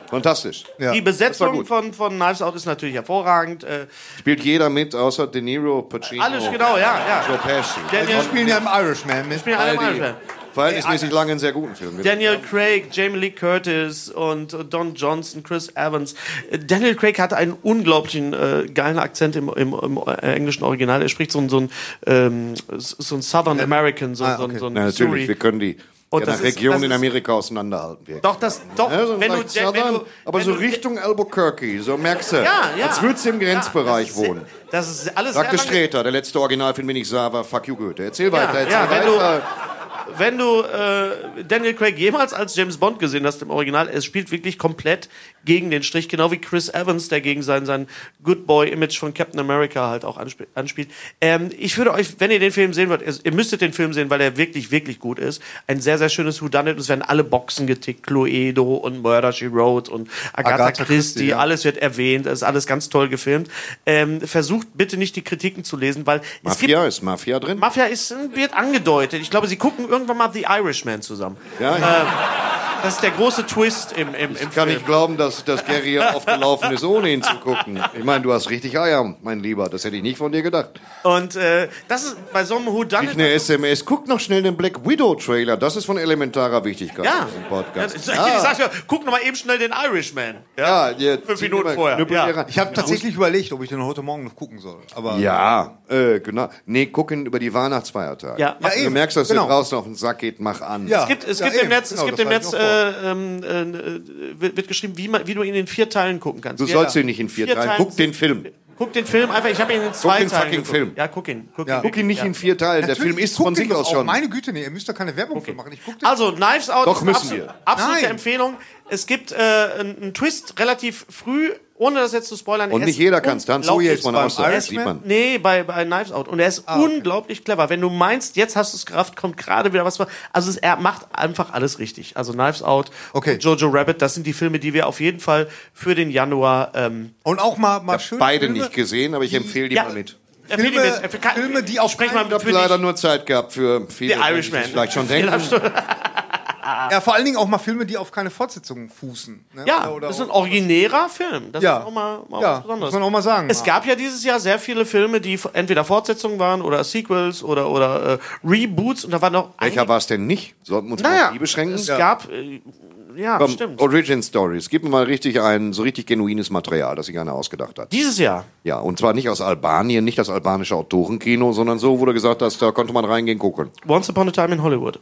Fantastisch.
Die
Das war
Besetzung
gut.
von, von Knives Out ist natürlich hervorragend. Äh,
Spielt jeder mit, außer De Niro, Pacino.
alles genau, ja,
Joe
ja.
Pesci.
Wir
Daniel,
spielen ja im Irishman mit.
spielen alle
all
im
die-
Einzelnen.
Verhältnismäßig lange in sehr guten Filmen.
Daniel Craig, Jamie Lee Curtis und äh, Don Johnson, Chris Evans. Äh, Daniel Craig hat einen unglaublichen äh, geilen Akzent im, im, im äh, englischen Original. Er spricht so ein, so ein, ähm, so ein Southern American,
Ah,
so, so ein, so ein
Na, natürlich, wir
Missouri.
können die
Und
ja,
Oh, das
nach
ist-
Regionen
das
in
ist-
Amerika auseinanderhalten. Wir.
Doch, das, doch,
Ja, so
wenn du,
vielleicht
wenn
Southern,
du,
aber
wenn
so
du-
Richtung Albuquerque, so merkst du,
Ja, ja.
als würdest du im Grenzbereich
Ja, das ist-
wohnen.
Das ist alles
Sagte
sehr lange-
Sträter, der letzte Originalfilm, den ich sah, war Fuck You Goethe. Erzähl weiter, erzähl
ja, wenn
weiter.
Wenn du äh, Daniel Craig jemals als James Bond gesehen hast im Original, es spielt wirklich komplett gegen den Strich, genau wie Chris Evans, der gegen sein, sein Good Boy-Image von Captain America halt auch anspiel anspielt. Ähm, ich würde euch, wenn ihr den Film sehen wollt, ihr- ihr müsstet den Film sehen, weil er wirklich, wirklich gut ist. Ein sehr, sehr schönes Whodunit. Es werden alle Boxen getickt, Cluedo und Murder, She Wrote und Agatha,
Agatha
Christie,
Christie, ja.
alles wird erwähnt, es ist alles ganz toll gefilmt. Ähm, versucht bitte nicht die Kritiken zu lesen, weil es gibt
Mafia, ist Mafia drin?
Mafia ist, wird angedeutet. Ich glaube, sie gucken irgendwann mal The Irishman zusammen. Ähm,
ja, ich
Das ist der große Twist im, im, im
kann
Film.
nicht glauben, dass, dass Gary aufgelaufen ist, ohne ihn zu gucken. Ich meine, du hast richtig Eier, mein Lieber. Das hätte ich nicht von dir gedacht.
Und äh, das ist bei so einem
Ich
Whodunit...
eine SMS. Guck noch schnell den Black Widow Trailer. Das ist von elementarer Wichtigkeit
ja,
für diesen
ja
Podcast. Ah.
ich sag's ja, guck noch mal eben schnell den Irishman.
ja, ihr
Fünf
zieht
Minuten
immer
vorher,
Knüppel
ja.
hier rein.
Ich habe tatsächlich überlegt, ob ich den heute Morgen noch gucken soll. Aber
Ja, äh, genau. Nee, gucken über die Weihnachtsfeiertage.
Ja, mach-
du
eben,
merkst, dass
genau.
du draußen auf den Sack geht, mach an.
Ja.
Es gibt, es
Ja,
gibt im
eben,
Netz,
genau,
es gibt
das
im
hatte ich
Netz
auch vor.
äh, ähm, äh, wird wird geschrieben, wie, man, wie du ihn in vier Teilen gucken kannst.
Du sollst ihn nicht in vier,
Vier
Teilen.
Teilen
Guck
sind-
den Film.
Guck den Film einfach, ich habe ihn in zwei
den
Teilen
fucking
geguckt.
Film.
Ja, guck ihn. Guck
Ja.
ihn,
Guck ihn nicht
ja.
in vier Teilen. Der Film
Natürlich,
ist
guck
von
den
sich
doch
aus
auch.
schon.
Meine Güte, nee, ihr müsst doch keine Werbung für machen. Ich guck den
Also, Knives Out
Doch,
ist
müssen
absol-
wir.
absolute
Nein.
Empfehlung. Es gibt äh, einen einen Twist relativ früh, ohne das jetzt zu spoilern.
Und
Er
nicht
ist
jeder kann es tanzen. So
unglaublich-
jetzt man
beim
aus. Das
Irishman?
sieht man.
Nee, bei, bei Knives Out. Und er ist
Ah,
unglaublich clever. Wenn du meinst, jetzt hast du es gerafft, kommt gerade wieder was. vor- Also es, er macht einfach alles richtig. Also Knives Out,
Okay.
und Jojo Rabbit, das sind die Filme, die wir auf jeden Fall für den Januar... Ähm,
Und auch mal, mal schön.
Beide
Filme-
nicht gesehen, aber ich empfehle die
ja,
mal mit.
empfehle
Filme-
dir das. Kann-
Filme, die auf
Sprech mal
keinen-
Ich habe
für dich.
leider nur Zeit gehabt für viele,
The
die sich
Irishman.
vielleicht schon denken.
Ja, vor allen Dingen auch mal Filme, die auf keine Fortsetzung fußen. Ne?
Ja,
Oder-
das ist ein originärer Film. Das
Ja.
ist auch mal, mal
Ja,
was Besonderes.
muss man auch mal sagen.
Es gab ja dieses Jahr sehr viele Filme, die f- entweder Fortsetzungen waren oder Sequels oder, oder äh, Reboots und da war noch
Welcher war es denn nicht? Sollten wir uns mal
naja,
auf die beschränken?
Es gab äh, ja,
Komm,
stimmt.
Origin Stories. Gib mir mal richtig ein, so richtig genuines Material, das sich einer ausgedacht hat.
Dieses Jahr.
Ja, und zwar nicht aus Albanien, nicht das albanische Autorenkino, sondern so, wo du gesagt hast, da konnte man reingehen gucken.
Once Upon a Time in Hollywood.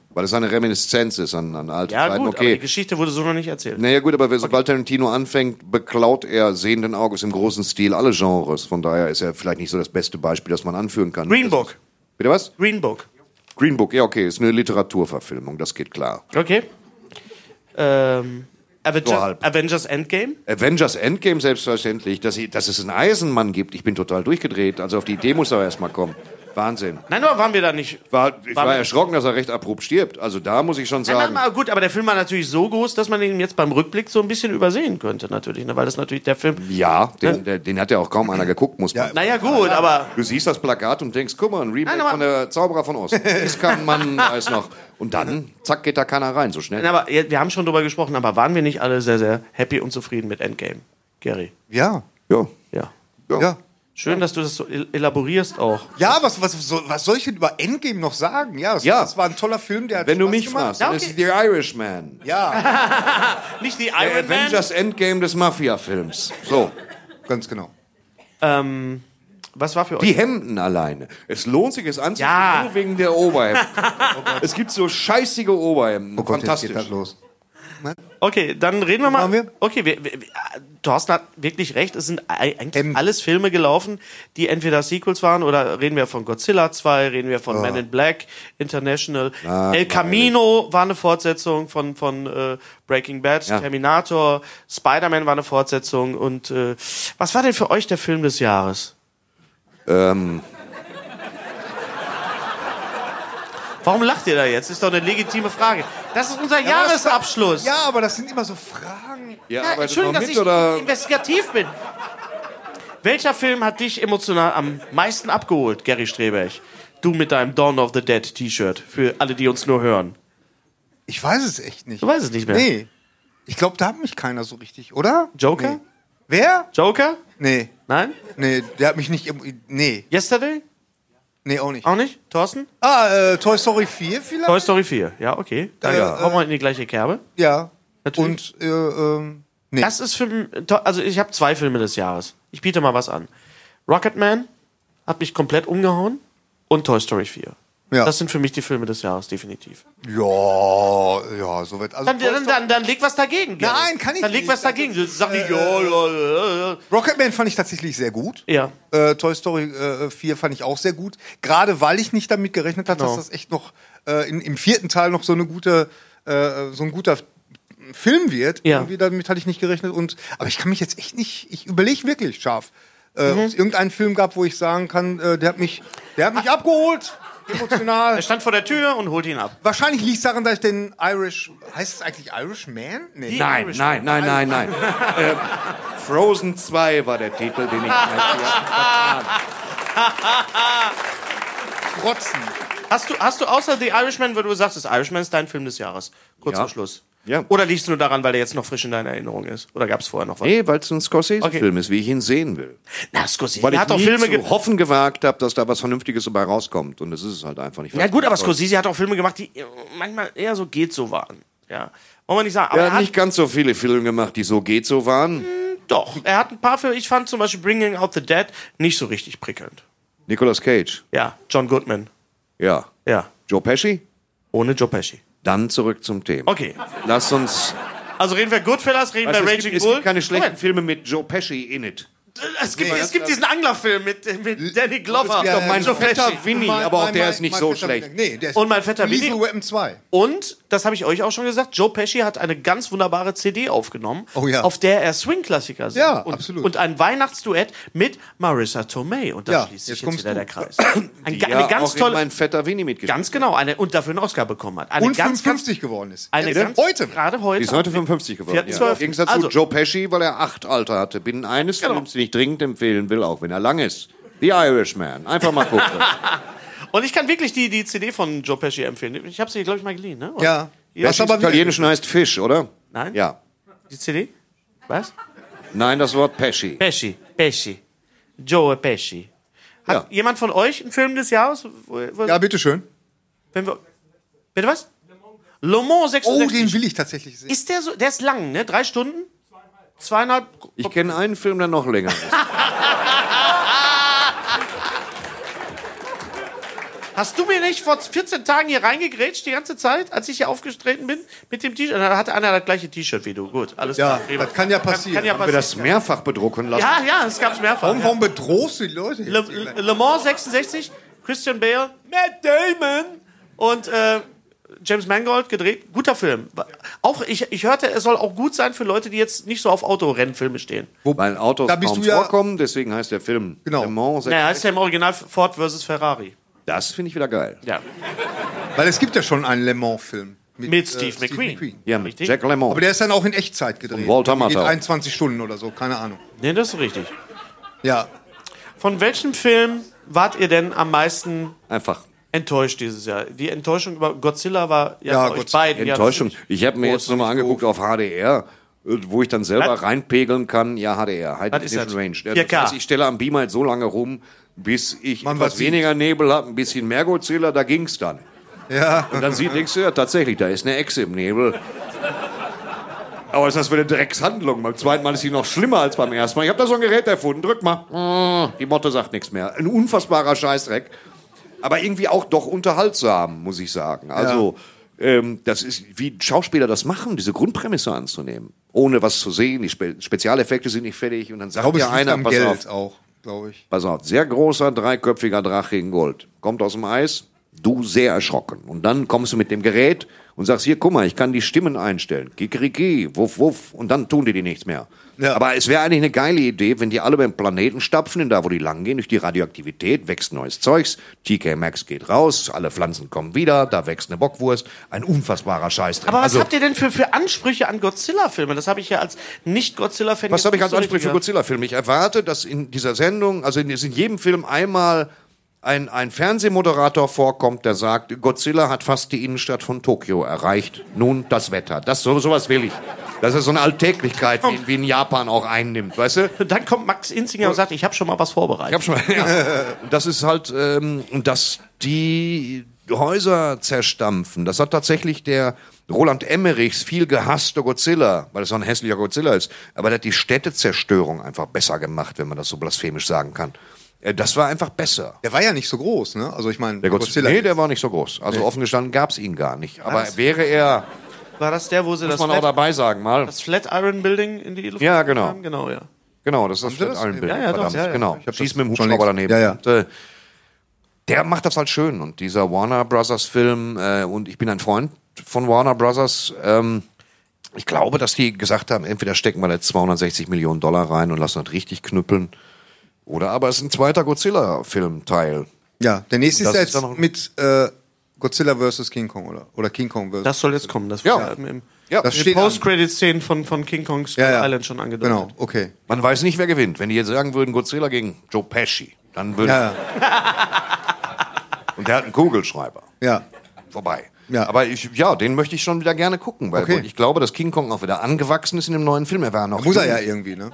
Weil es eine Reminiszenz ist an, an alte
Ja,
Zeiten.
gut, aber die
okay.
Geschichte wurde so noch nicht erzählt.
Naja, gut, aber sobald Tarantino anfängt, beklaut er sehenden Auges im großen Stil alle Genres. Von daher ist er vielleicht nicht so das beste Beispiel, das man anführen kann.
Green Book.
Bitte was?
Green Book.
Green Book, ja, okay, ist eine Literaturverfilmung, das geht klar.
Okay. Ähm, Avengers,
So halb.
Avengers Endgame.
Avengers Endgame selbstverständlich, dass, sie- dass es einen Eisenmann gibt. Ich bin total durchgedreht. Also auf die Idee muss er erstmal kommen. Wahnsinn.
Nein, aber waren wir da nicht.
War, ich
War
war,
mir-
erschrocken, dass er recht abrupt stirbt. Also da muss ich schon
Nein,
sagen.
nein, aber gut, aber der Film war natürlich so groß, dass man ihn jetzt beim Rückblick so ein bisschen übersehen könnte, natürlich, ne? weil das natürlich der Film.
Ja, den, der, den hat ja auch kaum einer geguckt, muss man.
Naja, gut, aber.
Du siehst das Plakat und denkst, guck mal, ein Remake
Nein, aber-
von der Zauberer von Ost. Das kann man als noch. Und dann, zack, geht da keiner rein, so schnell.
Nein, aber ja, wir haben schon drüber gesprochen, aber waren wir nicht alle sehr, sehr happy und zufrieden mit Endgame, Gary?
Ja,
Ja.
Ja.
ja.
Schön, dass du das so el- elaborierst auch.
Ja, was, was, so, was soll ich denn über Endgame noch sagen? Ja, das,
Ja.
das war ein toller Film, der hat
Wenn du
Spaß
mich
gemacht.
fragst,
Ja,
dann
okay.
ist The Irishman.
Ja,
Nicht die
Der
Iron Man.
Avengers Endgame des Mafia-Films. So.
ganz genau.
Ähm, was war für euch?
Die Hemden alleine. Es lohnt sich, es anzuziehen,
Ja. Oh
nur wegen der Oberhemden. es gibt so scheißige Oberhemden.
Oh Gott,
Fantastisch.
jetzt geht das los.
Okay, dann reden wir mal.
Machen wir?
Okay, wir, wir, wir- ah, Thorsten hat wirklich recht. Es sind ei- eigentlich
Ähm.
alles Filme gelaufen, die entweder Sequels waren oder reden wir von Godzilla 2, reden wir von Men in Black, International. El Camino war eine Fortsetzung von, von äh, Breaking Bad,
Ja.
Terminator, Spider-Man war eine Fortsetzung. Und äh, was war denn für euch der Film des Jahres?
Ähm,
Warum lacht ihr da jetzt? Ist doch eine legitime Frage. Das ist unser Jahresabschluss.
Ja, aber das sind immer so Fragen.
ja,
Ja,
arbeitet noch
Entschuldigung, dass
mit
ich
oder
investigativ bin. Welcher Film hat dich emotional am meisten abgeholt, Gary Strebech? Du mit deinem Dawn of the Dead T-Shirt, für alle, die uns nur hören.
Ich weiß es echt nicht.
Du weißt es nicht mehr.
Nee. Ich glaube, da hat mich keiner so richtig, oder?
Joker?
Nee. Wer?
Joker?
Nee.
Nein?
Nee, der hat mich nicht. im- Nee,
Yesterday?
nee, auch nicht.
Auch nicht? Thorsten?
Ah, äh, Toy Story 4 vielleicht?
Toy Story 4. Ja, okay. Dann äh,
Ja.
äh,
hauen wir in die gleiche Kerbe.
ja.
Natürlich.
Und, äh, ähm, nee.
Das ist für m- to- also ich habe zwei Filme des Jahres. Ich biete mal was an. Rocketman hat mich komplett umgehauen und Toy Story 4.
Ja.
Das sind für mich die Filme des Jahres definitiv.
ja, ja, soweit. Also,
Dann,
Toy
dann,
Story-
dann, dann leg was dagegen. Gary.
Nein, kann ich
Dann leg
nicht.
was dagegen. Sag ich, ja, ja, ja,
Rocketman fand ich tatsächlich sehr gut.
ja.
Äh, Toy Story äh, 4 fand ich auch sehr gut. Gerade weil ich nicht damit gerechnet habe, dass das echt noch äh, in, im vierten Teil noch so eine gute, äh, so ein guter Film wird.
Ja.
Irgendwie damit hatte ich nicht gerechnet. Und, aber ich kann mich jetzt echt nicht, ich überlege wirklich scharf,
Mhm.
äh, ob es irgendeinen Film gab, wo ich sagen kann, äh, der hat mich, der hat mich
Ah.
abgeholt, emotional.
Er stand vor der Tür und holt ihn ab.
Wahrscheinlich liegt es daran, dass ich den Irish, heißt es eigentlich Irish Man? Nee.
Nein, nein, nein, nein, nein. äh, Frozen 2 war der Titel, den ich halt
Frotzen.
Hast du, hast du außer The Irishman, wo du sagst, das Irishman ist dein Film des Jahres? Kurz
Ja.
vor Schluss.
Ja.
Oder liegst du nur daran, weil der jetzt noch frisch in deiner Erinnerung ist? Oder gab es vorher noch was?
Nee, weil es ein Scorsese-Film
Okay.
ist, wie ich ihn sehen will.
Na, Scorsese
Weil ich
hat doch
nie
Filme ge
zu hoffen gewagt habe, dass da was Vernünftiges dabei rauskommt. Und das ist es halt einfach nicht.
Ja gut, aber Scorsese hat auch Filme gemacht, die äh, manchmal eher so geht so waren. Ja. Wollen wir nicht sagen. Aber
Er
er
hat
hat,
nicht ganz so viele Filme gemacht, die so geht so waren.
doch, er hat ein paar Filme, ich fand zum Beispiel Bringing Out the Dead nicht so richtig prickelnd.
Nicolas Cage,
Ja, John Goodman.
ja.
Ja,
Joe Pesci?
ohne Joe Pesci.
Dann zurück zum Thema.
Okay,
Lass uns...
also reden wir Goodfellas, reden
Weißt du,
wir
es,
Raging
gibt, es
Bull.
gibt keine schlechten
Moment,
Filme mit Joe Pesci eh in it.
es gibt, es gibt diesen Anglerfilm mit, mit Danny Glover
Ja,
Doch, mein
Joe
fetter
Pesci.
Winnie,
Mein-
aber auch
mein-
der
mein-
ist nicht
mein
so
fetter
schlecht.
Winnie. Nee, der ist
Und mein fetter
Lethal
Winnie-
Weapon 2.
Und, das habe ich euch auch schon gesagt, Joe Pesci hat eine ganz wunderbare CD aufgenommen,
Oh ja.
auf der er Swing-Klassiker singt.
Ja,
und,
absolut.
Und ein Weihnachtsduett mit Marissa Tomei. Und da
Ja,
schließt
jetzt
sich jetzt,
kommst
wieder
du.
der Kreis. Ein,
Die
eine
ja
ganz
auch in
tolle,
mein fetter Winnie mitgespielt.
ganz genau, eine, und dafür einen Oscar bekommen hat. Eine
und
ganz,
55 geworden ist.
Ganz, eine
Jetzt,
ganz,
heute.
Gerade heute.
Die ist heute 55 geworden.
4.12.
Ja. Im Gegensatz
Also-
zu Joe Pesci, weil er acht Alter hatte. Binnen eines
Genau.
Films, den ich dringend empfehlen will, auch wenn er lang ist. The Irishman. Einfach mal gucken.
Und ich kann wirklich die, die CD von Joe Pesci empfehlen. Ich habe sie, glaube ich, mal geliehen, ne? Oder?
Ja.
Was
aber
aber
wieder-
Italienischen heißt Fisch, oder?
Nein?
Ja.
Die CD? Was?
Nein, das Wort Pesci.
Pesci. Pesci. Joe Pesci. Hat
Ja.
jemand von euch einen Film des Jahres? Wo, wo,
Ja, bitteschön.
Wenn wir, bitte was? Le Mans
Oh,
66.
den will ich tatsächlich sehen.
Ist der so, der ist lang, ne? Drei Stunden? Zweieinhalb.
Ich kenne einen Film, der noch länger ist.
Hast du mir nicht vor 14 Tagen hier reingegrätscht die ganze Zeit, als ich hier aufgetreten bin mit dem T-Shirt? Dann hatte einer das gleiche T-Shirt wie du. Gut, alles
Ja,
klar. prima.
das kann ja passieren.
Kann ja
Haben wir
passieren.
das mehrfach bedrucken lassen?
Ja, ja, das gab's mehrfach.
Warum,
ja.
warum bedrohst du die Leute? jetzt
Le,
hier gleich?
Le, Le Mans 66, Christian Bale, Matt Damon und äh, James Mangold gedreht. Guter Film. Auch ich, ich hörte, es soll auch gut sein für Leute, die jetzt nicht so auf Autorennfilme stehen.
Weil Autos
Da bist
kaum
du ja-
vorkommen, deswegen heißt der Film
Genau.
Le Mans.
Naja, heißt ja im Original Ford vs. Ferrari.
Das finde ich wieder geil.
Ja.
Weil es gibt ja schon einen Le Mans-Film.
Mit Äh, Steve McQueen.
Ja, mit Jack Le Mans.
Aber der ist dann auch in Echtzeit gedreht.
Und Walter Matthau.
Geht 21 Stunden oder so, keine Ahnung.
Nee, das ist richtig.
Ja,
Von welchem Film wart ihr denn am meisten
Einfach
enttäuscht dieses Jahr? Die Enttäuschung über Godzilla war ja,
Ja,
bei euch
Godzilla.
beiden. ja,
Enttäuschung.
ziemlich-
Ich habe mir jetzt nochmal angeguckt auf HDR, äh, wo ich dann selber
Was?
reinpegeln kann. Ja, HDR, High
Was ist
Definition Range.
das?
Ja, Das
4K.
heißt, ich stelle am Beamer halt so lange rum, bis ich
Man was
etwas
sieht.
weniger Nebel habe, ein bisschen mehr Godzilla, da ging's dann.
ja.
Und dann sieht denkst du, ja, tatsächlich, da ist eine Echse im Nebel. Aber ist das für eine Dreckshandlung? Beim zweiten Mal ist sie noch schlimmer als beim ersten Mal. Ich habe da so ein Gerät erfunden. Drück mal. Die Motte sagt nichts mehr. Ein unfassbarer Scheißdreck. Aber irgendwie auch doch unterhaltsam, muss ich sagen. Also, ähm, das ist, wie Schauspieler das machen, diese Grundprämisse anzunehmen. Ohne was zu sehen. Die Spe Spezialeffekte sind nicht fertig. Und dann
Ich
sagt
glaube, es
ja
liegt
einer,
am
pass
Geld
auf,
auch, glaube ich.
Pass auf, sehr großer, dreiköpfiger Drache in Gold. Kommt aus dem Eis, du sehr erschrocken. Und dann kommst du mit dem Gerät und sagst, hier, guck mal, ich kann die Stimmen einstellen. Kikeriki, wuff, wuff. Und dann tun die die nichts mehr.
Ja.
Aber es wäre eigentlich eine geile Idee, wenn die alle beim Planeten stapfen, denn da, wo die lang gehen, durch die Radioaktivität wächst neues Zeugs. TK Maxx geht raus, alle Pflanzen kommen wieder, da wächst eine Bockwurst. Ein unfassbarer Scheiß Also
Aber was habt ihr denn für, für Ansprüche an Godzilla-Filme? Das habe ich ja als Nicht-Godzilla-Fan
Was
jetzt
habe ich
nicht
als
so
Ansprüche
richtig
für
gehört.
Godzilla-Filme? Ich erwarte, dass in dieser Sendung, also in, dass in jedem Film einmal ein, ein Fernsehmoderator vorkommt, der sagt, Godzilla hat fast die Innenstadt von Tokio erreicht. Nun das Wetter. Das, so, sowas will ich. Das ist so eine Alltäglichkeit, wie, wie in Japan auch einnimmt, weißt du?
Dann kommt Max Inzinger und sagt, ich habe schon mal was vorbereitet.
Ich hab schon mal, ja. Und Das ist halt, ähm, und dass die Häuser zerstampfen. Das hat tatsächlich der Roland Emmerichs viel gehasste Godzilla, weil es so ein hässlicher Godzilla ist. Aber der hat die Städtezerstörung einfach besser gemacht, wenn man das so blasphemisch sagen kann. Äh, Das war einfach besser.
Der war ja nicht so groß, ne? Also ich meine,
Der Godzilla, nee, der war nicht so groß. Also offen gestanden gab's ihn gar nicht. Aber wäre er,
War das der, wo sie
muss
das
man auch
Flat,
dabei sagen mal.
das Flat Iron Building in die Luft
Ja, genau.
haben? Genau, ja.
Genau, das ist
Sie
das
das?
allen Bildern.
Ja, ja, doch,
verdammt,
ja, ja.
genau.
Ich hab
Schießt
das
mit dem
schon
Hubschrauber
längst-
daneben.
ja, ja.
Und, äh, der macht das halt schön. Und dieser Warner Brothers Film, äh, und ich bin ein Freund von Warner Brothers, ähm, ich glaube, dass die gesagt haben, entweder stecken wir da jetzt 260 Millionen Dollar rein und lassen das richtig knüppeln. Oder aber es ist ein zweiter Godzilla-Filmteil.
Ja, der nächste
Das
ist ja
ist
jetzt
dann noch-
mit äh, Godzilla vs. King Kong oder, oder King Kong vs.
Das soll jetzt kommen. Das
Ja.
war im, im
Ja,
Das
in den
steht an.
Post-Credit-Szenen von, von King Kong Skull
Ja, ja.
Island schon angedeutet.
Genau, okay.
man weiß nicht, wer gewinnt. Wenn die jetzt sagen würden, Godzilla gegen Joe Pesci, dann würde.
Ja,
Und der hat einen Kugelschreiber.
ja.
vorbei.
Ja.
Aber ich, ja, den möchte ich schon wieder gerne gucken, weil
Okay.
ich glaube, dass King Kong auch wieder angewachsen ist in dem neuen Film. Er war noch
Muss er
jung.
ja irgendwie, ne?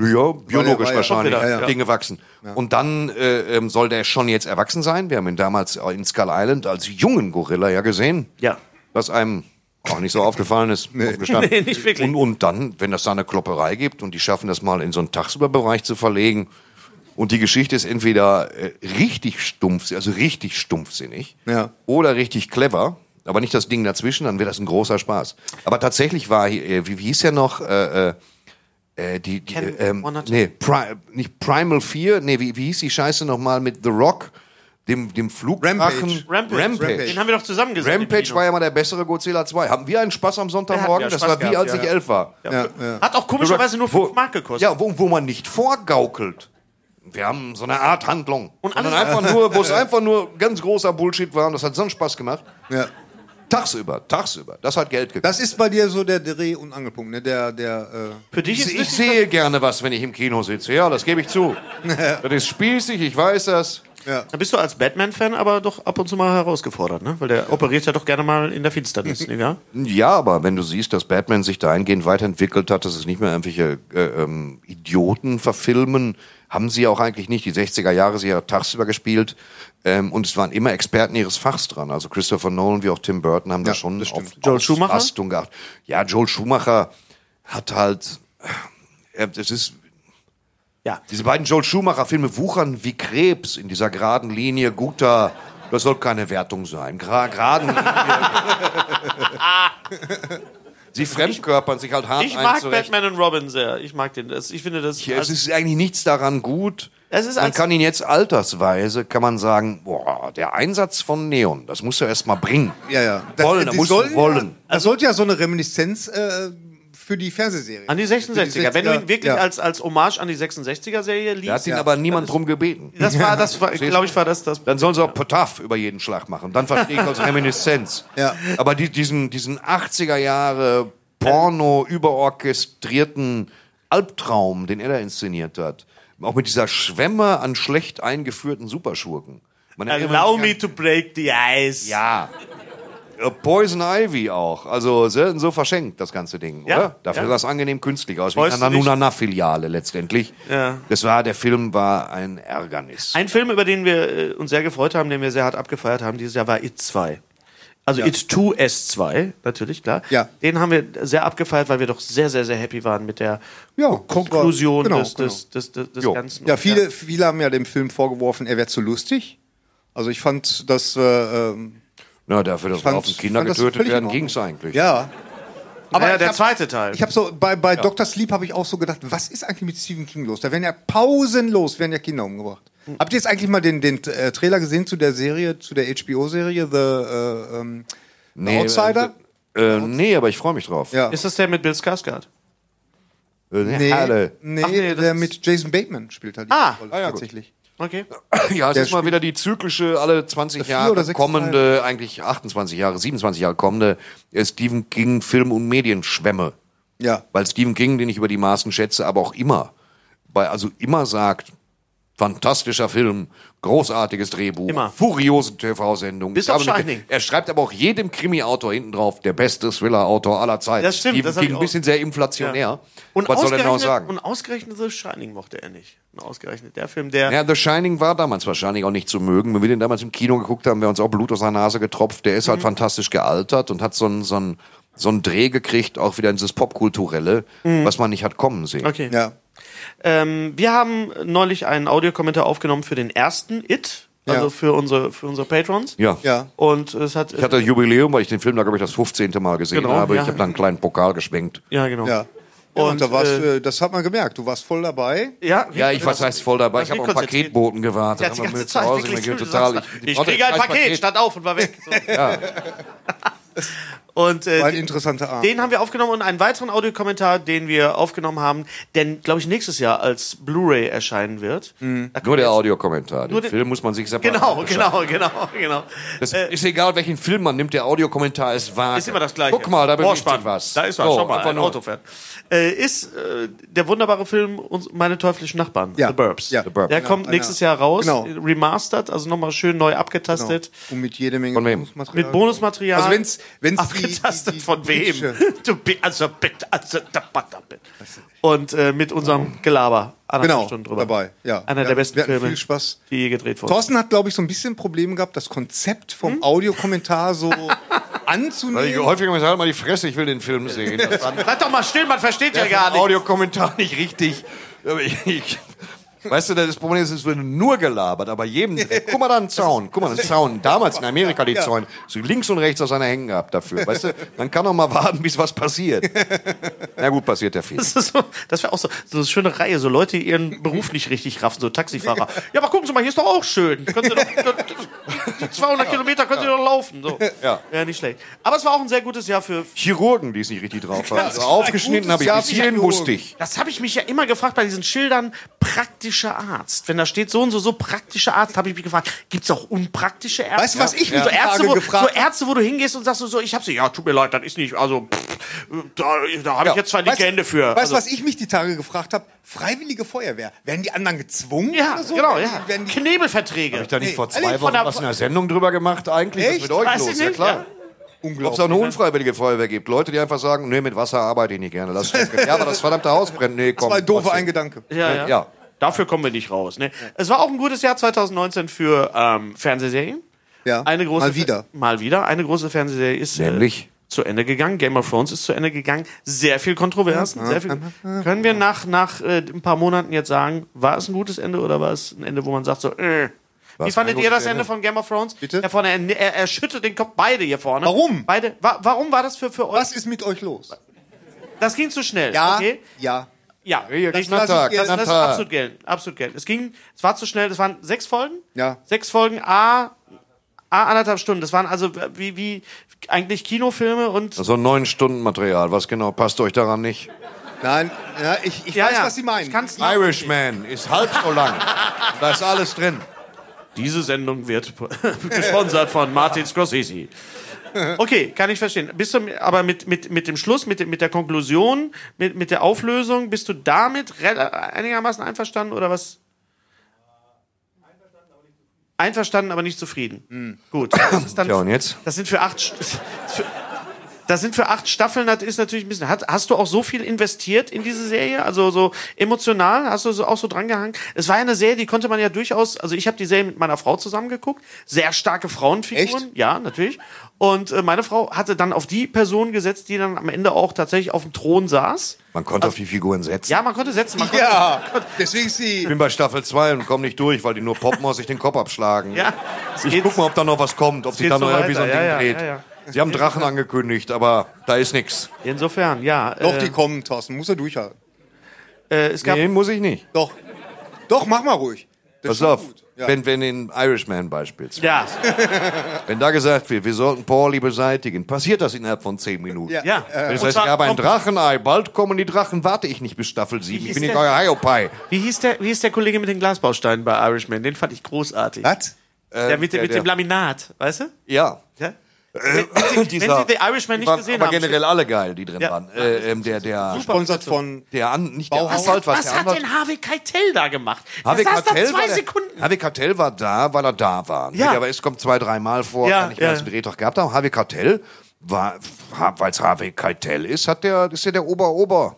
Ja, biologisch
ja-
wahrscheinlich.
Ja, ja.
Ding gewachsen. Und dann äh, ähm, soll der schon jetzt erwachsen sein. Wir haben ihn damals in Skull Island als jungen Gorilla ja gesehen.
Ja.
Was einem auch nicht so aufgefallen ist. aufgestanden.
Nee, nicht wirklich.
Und, und dann, wenn das da eine Klopperei gibt und die schaffen das mal in so einen Tagsüberbereich zu verlegen und die Geschichte ist entweder äh, richtig stumpf, also richtig stumpfsinnig
Ja.
oder richtig clever, aber nicht das Ding dazwischen, dann wäre das ein großer Spaß. Aber tatsächlich war, hier, äh, wie, wie hieß ja noch, äh, äh, äh, die, die
Ken
äh, ähm,
Wanata.
nee, Pri nicht Primal Fear, nee, wie, wie hieß die Scheiße nochmal mit The Rock, dem, dem Flugdrachen?
Rampage.
Rampage.
Rampage.
Den haben wir doch zusammen gesehen. im
Rampage
Kino.
war ja mal der bessere Godzilla 2. Haben wir einen Spaß am
Wir
Sonntagmorgen?
hatten ja
das
Spaß
war wie,
gehabt,
als
ja,
ich
ja.
elf war.
Ja, Hat auch komischerweise nur 5 Mark gekostet.
Ja, wo, wo man nicht vorgaukelt. Wir haben so eine Art Handlung.
Und
Sondern
alles-
einfach nur, wo es einfach nur ganz großer Bullshit war und das hat so einen Spaß gemacht.
Ja.
Tagsüber, tagsüber. Das hat Geld gekostet.
Das ist bei dir so der Dreh- und Angelpunkt, ne? Der, der, äh,
Für dich ist
Ich, ich
es
sehe gerne was, wenn ich im Kino sitze. Ja, das gebe ich zu. das ist spießig, ich weiß das.
Ja.
Dann bist du als Batman-Fan aber doch ab und zu mal herausgefordert, ne? Weil der operiert ja doch gerne mal in der Finsternis, nicht wahr?
Ja, aber wenn du siehst, dass Batman sich dahingehend weiterentwickelt hat, dass es nicht mehr irgendwelche äh, ähm, Idioten verfilmen, haben sie auch eigentlich nicht. Die 60er Jahre, sie haben tagsüber gespielt ähm, und es waren immer Experten ihres Fachs dran. Also Christopher Nolan wie auch Tim Burton haben da schon
das
auf
stimmt.
Joel Schumacher?
Auslastung geachtet. Ja, Joel Schumacher hat halt, äh, es ist
Ja.
diese beiden Joel Schumacher-Filme wuchern wie Krebs in dieser geraden Linie guter. Das soll keine Wertung sein. Gra geraden Linie. Sie fremdkörpern sich halt hart
Ich mag
einzurecht.
Batman und Robin sehr. Ich mag den. Das, ich finde das.
Ja, es
als-
ist eigentlich nichts daran gut.
Es ist
man
als-
kann ihn jetzt altersweise, kann man sagen, boah, der Einsatz von Neon, das musst du erst mal bringen.
Ja, ja.
Wollen, da
die
musst du
sollen-
wollen. Also-
Das sollte ja so eine Reminiszenz äh, für die Fernsehserie.
an die 66er. Wenn du ihn wirklich
ja.
als, als Hommage an die 66er-Serie liest.
Da hat ihn aber niemand drum gebeten.
Das war, das war, glaube ich, war das das.
Dann sollen sie auch Potaf über jeden Schlag machen. Dann verstehe ich als Reminiszenz.
Ja.
Aber die, diesen, diesen 80er Jahre Porno überorchestrierten Albtraum, den er da inszeniert hat, auch mit dieser Schwemme an schlecht eingeführten Superschurken. Man erinnert
Allow
sich an-
me to break the ice.
Ja. Äh, Poison Ivy auch. Also selten so verschenkt, das ganze Ding,
Ja,
oder? Dafür
ja.
sah es angenehm künstlich aus. Wie
Freust
in
du
einer
dich?
Nunana-Filiale letztendlich.
Ja.
Das war, der Film war ein Ärgernis.
Ein Film, über den wir äh, uns sehr gefreut haben, den wir sehr hart abgefeiert haben dieses Jahr, war It 2. Also It 2 S2, natürlich, klar.
Ja.
Den haben wir sehr abgefeiert, weil wir doch sehr, sehr, sehr happy waren mit der
Ja, das
Konklusion
war- genau,
des, des, des, des, des
Jo.
Ganzen.
Ja, viele, viele haben ja dem Film vorgeworfen, er wäre zu lustig. Also ich fand, dass äh, ähm,
Na, dafür, dass
fand-
auf den Kinder
fand das
getötet
völlig in
werden,
Ordnung.
ging es eigentlich.
ja.
Aber ja,
ich
der
hab-
zweite Teil.
Ich habe so bei bei Dr. Sleep habe ich auch so gedacht, was ist eigentlich mit Stephen King los? Da werden ja pausenlos werden ja Kinder umgebracht.
Hm.
Habt ihr jetzt eigentlich mal den den äh, Trailer gesehen zu der Serie, zu der HBO Serie The, äh, ähm, The
Nee,
Outsider?
Äh, äh, nee, aber ich freue mich drauf.
Ja.
ist das der mit Bill Skarsgård?
Äh, Alle.
nee,
Ach nee, das
der
ist-
mit Jason Bateman spielt halt die
Ah.
Rolle
Ah, ja, gut.
tatsächlich.
Okay.
Ja, es
Der
ist mal
spielt-
wieder die zyklische, alle 20
Vier
Jahre
oder sechs
kommende, eigentlich 28 Jahre, 27 Jahre kommende äh, Stephen King Film- und Medienschwämme.
Ja.
Weil Stephen King, den ich über die Maßen schätze, aber auch immer, bei, also immer sagt, fantastischer Film, großartiges Drehbuch,
Immer.
furiosen TV-Sendung.
Bis auf
Ich habe-
Shining.
Er schreibt aber auch jedem Krimi-Autor hinten drauf, der beste Thriller-Autor aller Zeiten.
Das stimmt,
Stephen
das hab
King,
ich
ein
auch.
bisschen sehr inflationär.
Und
Was soll er denn auch
ausgerechnet,
sagen?
und ausgerechnet The Shining mochte er nicht. Und ausgerechnet der Film, der.
Ja, The Shining war damals wahrscheinlich auch nicht zu mögen. Wenn wir den damals im Kino geguckt haben, wäre uns auch Blut aus der Nase getropft. Der ist
Mhm.
halt fantastisch gealtert und hat so einen so einen- so einen Dreh gekriegt, auch wieder in dieses Popkulturelle, was man nicht hat kommen sehen.
Mhm. Okay.
Ja.
Ähm, wir haben neulich einen Audiokommentar aufgenommen für den ersten It, also
Ja.
für unsere für unsere Patrons.
Ja.
Ja.
Und es hat
Ich hatte Jubiläum, weil ich den Film da, glaube ich, das 15. Mal gesehen
Genau,
habe.
ja.
Ich habe da einen kleinen Pokal geschwenkt.
ja genau.
Ja.
Und,
Und, da warst,
äh,
äh, das hat man gemerkt. Du warst voll dabei.
Ja,
Ja, ich war
das-
heißt voll dabei.
das
Ich habe
liegt
auf einen
konzentriert.
Paketboten gewartet.
Der hat die
Aber
ganze
mir zu
Zeit
Hause,
wirklich
mir
so
geht total,
gesagt,
ich-
ich,
brauchte
kriege ein
das
Paket,
Paket.
stand auf und war weg. So. Und
War
äh,
ein interessanter Abend.
den haben wir aufgenommen und einen weiteren Audiokommentar, den wir aufgenommen haben, der, glaube ich, nächstes Jahr als Blu-ray erscheinen wird. Da
Nur
kommt
der
jetzt-
Audiokommentar. Den
den-
Film muss man sich separat
Genau,
anschauen.
genau, genau, genau.
Das ist egal, welchen Film man nimmt, der Audiokommentar ist wahr.
Ist immer das Gleiche.
Guck mal, da bewegt
Vorspann.
sich was.
Da ist was,
So,
schau mal,
einfach
ein
nur.
Auto fährt. Äh, ist äh, der wunderbare Film uns, Meine teuflischen Nachbarn,
Ja.
The Burbs.
Ja.
The
The
Burbs.
Burbs.
Der kommt nächstes Jahr raus,
Genau.
remastered, also nochmal schön neu abgetastet.
Genau.
Und um mit jede Menge
Von wem?
Bonusmaterial.
Mit Bonusmaterial.
Also wenn's- wenn's die-
abgetastet
die- die
von wem?
britische-
Du bi- also bitte, also da- da- da- da- Und äh, mit unserem Gelaber. anderthalb
Genau,
Stunden drüber.
dabei, ja.
Einer
Ja,
der besten
wir hatten
Filme,
viel Spaß.
die je gedreht wurden.
Thorsten hat, glaube ich, so ein bisschen Probleme gehabt, das Konzept vom
Hm?
Audiokommentar so
Weil ich
anzunehmen.
häufiger gesagt halt mal die Fresse, ich will den Film sehen. Das war
Bleib doch mal still, man versteht ja gar
ein
nichts.
Audiokommentar nicht richtig. Aber ich- ich- Weißt du, das Problem ist, es wird nur gelabert, aber jedem. Guck mal da einen Zaun, guck mal einen Zaun. Damals in Amerika die Zäune. So links und rechts aus einer hängen gehabt dafür. Weißt du, man kann auch mal warten, bis was passiert. Na gut, passiert ja viel.
Das, ist so, das wäre auch so, so eine schöne Reihe, so Leute, die ihren Beruf nicht richtig raffen, so Taxifahrer. Ja, aber gucken Sie mal, hier ist doch auch schön. Können Sie doch, die 200 Kilometer können Sie doch laufen. So.
Ja.
ja, nicht schlecht. Aber es war auch ein sehr gutes Jahr für.
Chirurgen, die es nicht richtig drauf haben. Also aufgeschnitten habe ich.
Jahr
Bis hierhin
Chirurgen.
wusste ich.
Das habe ich mich ja immer gefragt bei diesen Schildern, praktischer Arzt. Wenn da steht so und so, so praktischer Arzt, habe ich mich gefragt, gibt es auch unpraktische Ärzte?
Weißt du, was ich mich
so
die Tage
Ärzte, wo,
gefragt
so Ärzte, wo du hingehst und sagst so, so ich habe sie, ja, tut mir leid, das ist nicht, also pff, da, da habe ich jetzt zwar eine Legende für.
Weißt du,
Also-
was ich mich die Tage gefragt habe? Freiwillige Feuerwehr. Werden die anderen gezwungen?
Ja,
oder so?
genau,
Werden-
ja.
Werden die,
Knebelverträge.
Hab ich da nicht vor
Alter,
zwei
von
Wochen
der-
was in der Sendung drüber gemacht eigentlich? Was
Echt?
ist mit euch
Weiß
los?
ich
ja
nicht,
klar.
ja.
Ob es auch eine unfreiwillige Feuerwehr gibt. Leute, die einfach sagen, nee, mit Wasser arbeite ich nicht gerne. Lass es ja, aber das verdammte Haus brennt. Nee,
das
komm.
war ein doofer ein
trotzdem.
Gedanke.
Ja, ja.
Ja.
Dafür kommen wir nicht raus. Ne? Es war auch ein gutes Jahr 2019 für ähm, Fernsehserien.
Ja,
Eine große
mal wieder.
Mal wieder. Eine große Fernsehserie ist äh,
Nämlich?
zu Ende gegangen. Game of Thrones ist zu Ende gegangen. Sehr viel Kontroversen. Sehr viel. Können wir nach, nach äh, ein paar Monaten jetzt sagen, war es ein gutes Ende oder war es ein Ende, wo man sagt so, äh. Wie
es
fandet
kein
ihr das
gutes
Ende
Ende?
von Game of Thrones?
Bitte?
Da vorne, er, er, er schüttelt den Kopf beide hier vorne.
Warum?
Beide. Wa warum war das für, für euch?
Was ist mit euch los?
Das ging zu schnell.
Ja,
Okay.
ja.
Ja.
Das,
lass ich dir-
Das, das ist absolut gelten. Absolut gelten. Es ging, es war zu schnell, das waren sechs Folgen.
Ja.
Sechs Folgen, A, A anderthalb Stunden. Das waren also wie, wie eigentlich Kinofilme und
so ein neun Stunden Material. Was genau passt euch daran nicht?
Nein, ja, ich, ich
Ja,
weiß,
ja.
was Sie meinen.
Ich kann's nicht.
Irishman ist halb so lang. da ist alles drin.
Diese Sendung wird gesponsert von Martin Scorsese. Okay, kann ich verstehen. Bist du aber mit, mit, mit dem Schluss, mit, dem- mit der Konklusion, mit, mit der Auflösung, bist du damit rel- einigermaßen einverstanden oder was? Einverstanden, aber nicht zufrieden.
Hm.
Gut. Das ist dann
Ja, und jetzt?
Das sind für acht. St- für- Das sind für acht Staffeln, das ist natürlich ein bisschen. Hast, hast du auch so viel investiert in diese Serie? Also so emotional? Hast du so, auch so dran gehangen? Es war ja eine Serie, die konnte man ja durchaus. Also ich habe die Serie mit meiner Frau zusammengeguckt. Sehr starke Frauenfiguren.
Echt?
Ja, natürlich. Und äh, meine Frau hatte dann auf die Person gesetzt, die dann am Ende auch tatsächlich auf dem Thron saß.
Man konnte auf die Figuren setzen.
Ja, man konnte setzen. Man konnte,
Ja, deswegen ist sie.
Ich bin bei Staffel 2 und komme nicht durch, weil die nur poppen und sich den Kopf abschlagen.
Ja. Es
Ich
geht-
guck mal, ob da noch was kommt, ob sich
geht
da noch
so
irgendwie so ein
weiter.
Ding
Ja, ja,
dreht.
ja,
Sie haben Drachen angekündigt, aber da ist nichts.
Insofern, ja.
Doch, die
äh,
kommen, Thorsten. Muss er durchhalten.
äh, es gab
Nee, muss ich nicht.
Doch. Doch, mach mal ruhig. Das
Pass
ist
auf,
gut. Ja.
wenn, wenn in Irishman beispielsweise,
ja,
wenn da gesagt wird, wir sollten Pauli beseitigen, passiert das innerhalb von zehn Minuten.
Ja.
ja.
Das
Und
heißt,
zwar
ich habe ein
komplett-
Drachenei, bald kommen die Drachen, warte ich nicht bis Staffel 7, ich
hieß
bin nicht
der-
euer Hiopai.
Wie hieß der, wie hieß der Kollege mit den Glasbausteinen bei Irishman? Den fand ich großartig.
Was?
Der mit,
der- Ähm, der-
mit
Äh,
dem Laminat, weißt du?
Ja.
Ja? Wenn, wenn, Sie, wenn Sie
Dieser-
The Irishman
die
nicht
waren
gesehen
aber
haben,
generell alle geil, die drin
Ja.
waren. Äh, ähm, der, der,
Sponsert von.
der an, nicht der
Bauhaus.
Anwalt, was,
was
der
hat
Anwalt.
denn Harvey Keitel da gemacht?
Harvey
der saß da
Keitel
zwei
war der-
Sekunden.
Harvey Keitel war da, weil er da war. ne?
Ja.
Ja. Aber es kommt zwei, dreimal vor,
Ja,
kann nicht mehr
ja.
als Drehtag gehabt haben. Harvey Keitel war, weil es Harvey Keitel ist, hat der, ist ja der Ober-Ober,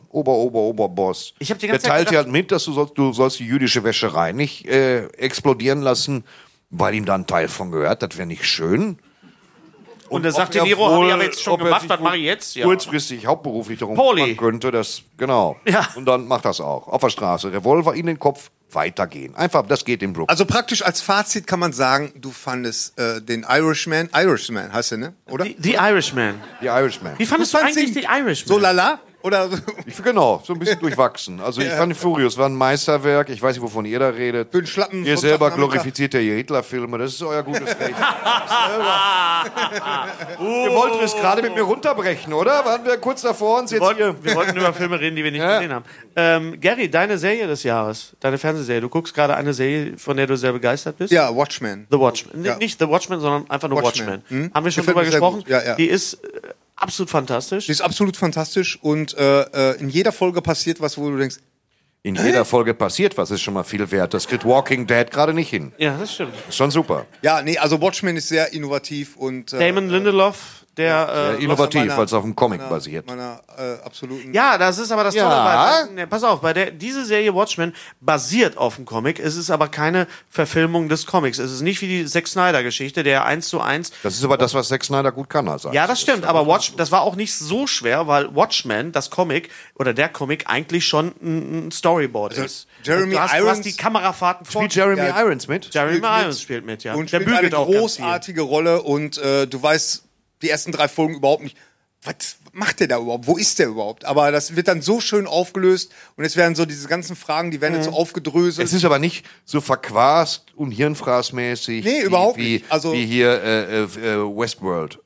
Ober-Ober-Ober-Boss.
Ich hab die
Der
ganze Zeit
teilt
gedacht-
ja mit, dass du sollst, du sollst die jüdische Wäscherei nicht äh, explodieren lassen, weil ihm da ein Teil von gehört. Das wäre nicht schön.
Und er
ob
sagt, De
er
Niro
wohl-
habe ich aber jetzt schon
ob er
gemacht,
sich
was
wohl
mache ich jetzt? Ja.
Kurzfristig hauptberuflich darum
Pauli.
kümmern könnte, das, genau.
Ja.
Und dann macht das auch. Auf der Straße, Revolver in den Kopf, weitergehen. Einfach, das geht im Blut.
Also praktisch als Fazit kann man sagen, du fandest äh, den Irishman. Irishman heißt der, ne? Oder?
The, The Irishman.
Die Irishman.
Wie fandest du
Muss man
eigentlich The
singen.
Irishman?
So lala? Oder so?
Ich, genau, so ein bisschen durchwachsen. Also ich fand Furious war ein Meisterwerk. Ich weiß nicht, wovon ihr da redet.
Für den schlappen
ihr selber
Sonntagnachmittag.
glorifiziert ja hier Hitler-Filme. Das ist euer gutes Recht.
Ah.
ihr wolltet es gerade mit mir runterbrechen, oder? Waren wir kurz davor uns jetzt hier...
wollten, wir wollten über Filme reden, die wir nicht
Ja.
gesehen haben. Ähm, Gary, deine Serie des Jahres, deine Fernsehserie. Du guckst gerade eine Serie, von der du sehr begeistert bist.
Ja, Watchman.
The Watchmen. N-
Ja.
Nicht The Watchmen, sondern einfach nur Watchmen.
Watchmen. Hm?
Haben wir schon
Gefällt
drüber
mir sehr
gesprochen?
gut. Ja, ja.
Die ist äh, absolut fantastisch.
Die ist absolut fantastisch und äh, äh, in jeder Folge passiert was, wo du denkst,
In jeder Folge passiert was, ist schon mal viel wert. Das kriegt Walking Dead gerade nicht hin.
ja, das stimmt.
Ist schon super.
ja, nee, also Watchmen ist sehr innovativ und äh,
Damon Lindelof, der. Ja,
Sehr
äh,
innovativ,
meiner-
weil es auf dem Comic
meiner-
basiert.
Meiner äh, absoluten.
ja, das ist aber das Tolle.
Ja.
Bei, ne, pass auf, bei der, diese Serie Watchmen basiert auf dem Comic. Es ist aber keine Verfilmung des Comics. Es ist nicht wie die Zack Snyder-Geschichte, der 1 zu 1
Das ist aber das, was Zack Snyder gut kann, also.
Ja, das stimmt. Aber Watch, das war auch nicht so schwer, weil Watchmen, das Comic oder der Comic eigentlich schon ein ein Storyboard
Also
ist.
Jeremy
Und du hast, du
Irons-
hast die Kamerafahrten vor.
Spielt Jeremy
Ja.
Irons mit?
Jeremy
spielt mit.
Irons spielt mit, ja.
und
der
spielt eine
bügelt auch ganz viel.
großartige Rolle und äh, du weißt die ersten drei Folgen überhaupt nicht, was macht der da überhaupt, wo ist der überhaupt? Aber das wird dann so schön aufgelöst und es werden so diese ganzen Fragen, die werden jetzt so aufgedröselt.
Es ist aber nicht so verquast und hirnfraßmäßig.
Nee, überhaupt
wie,
nicht. Also-
wie hier äh, äh, äh, Westworld.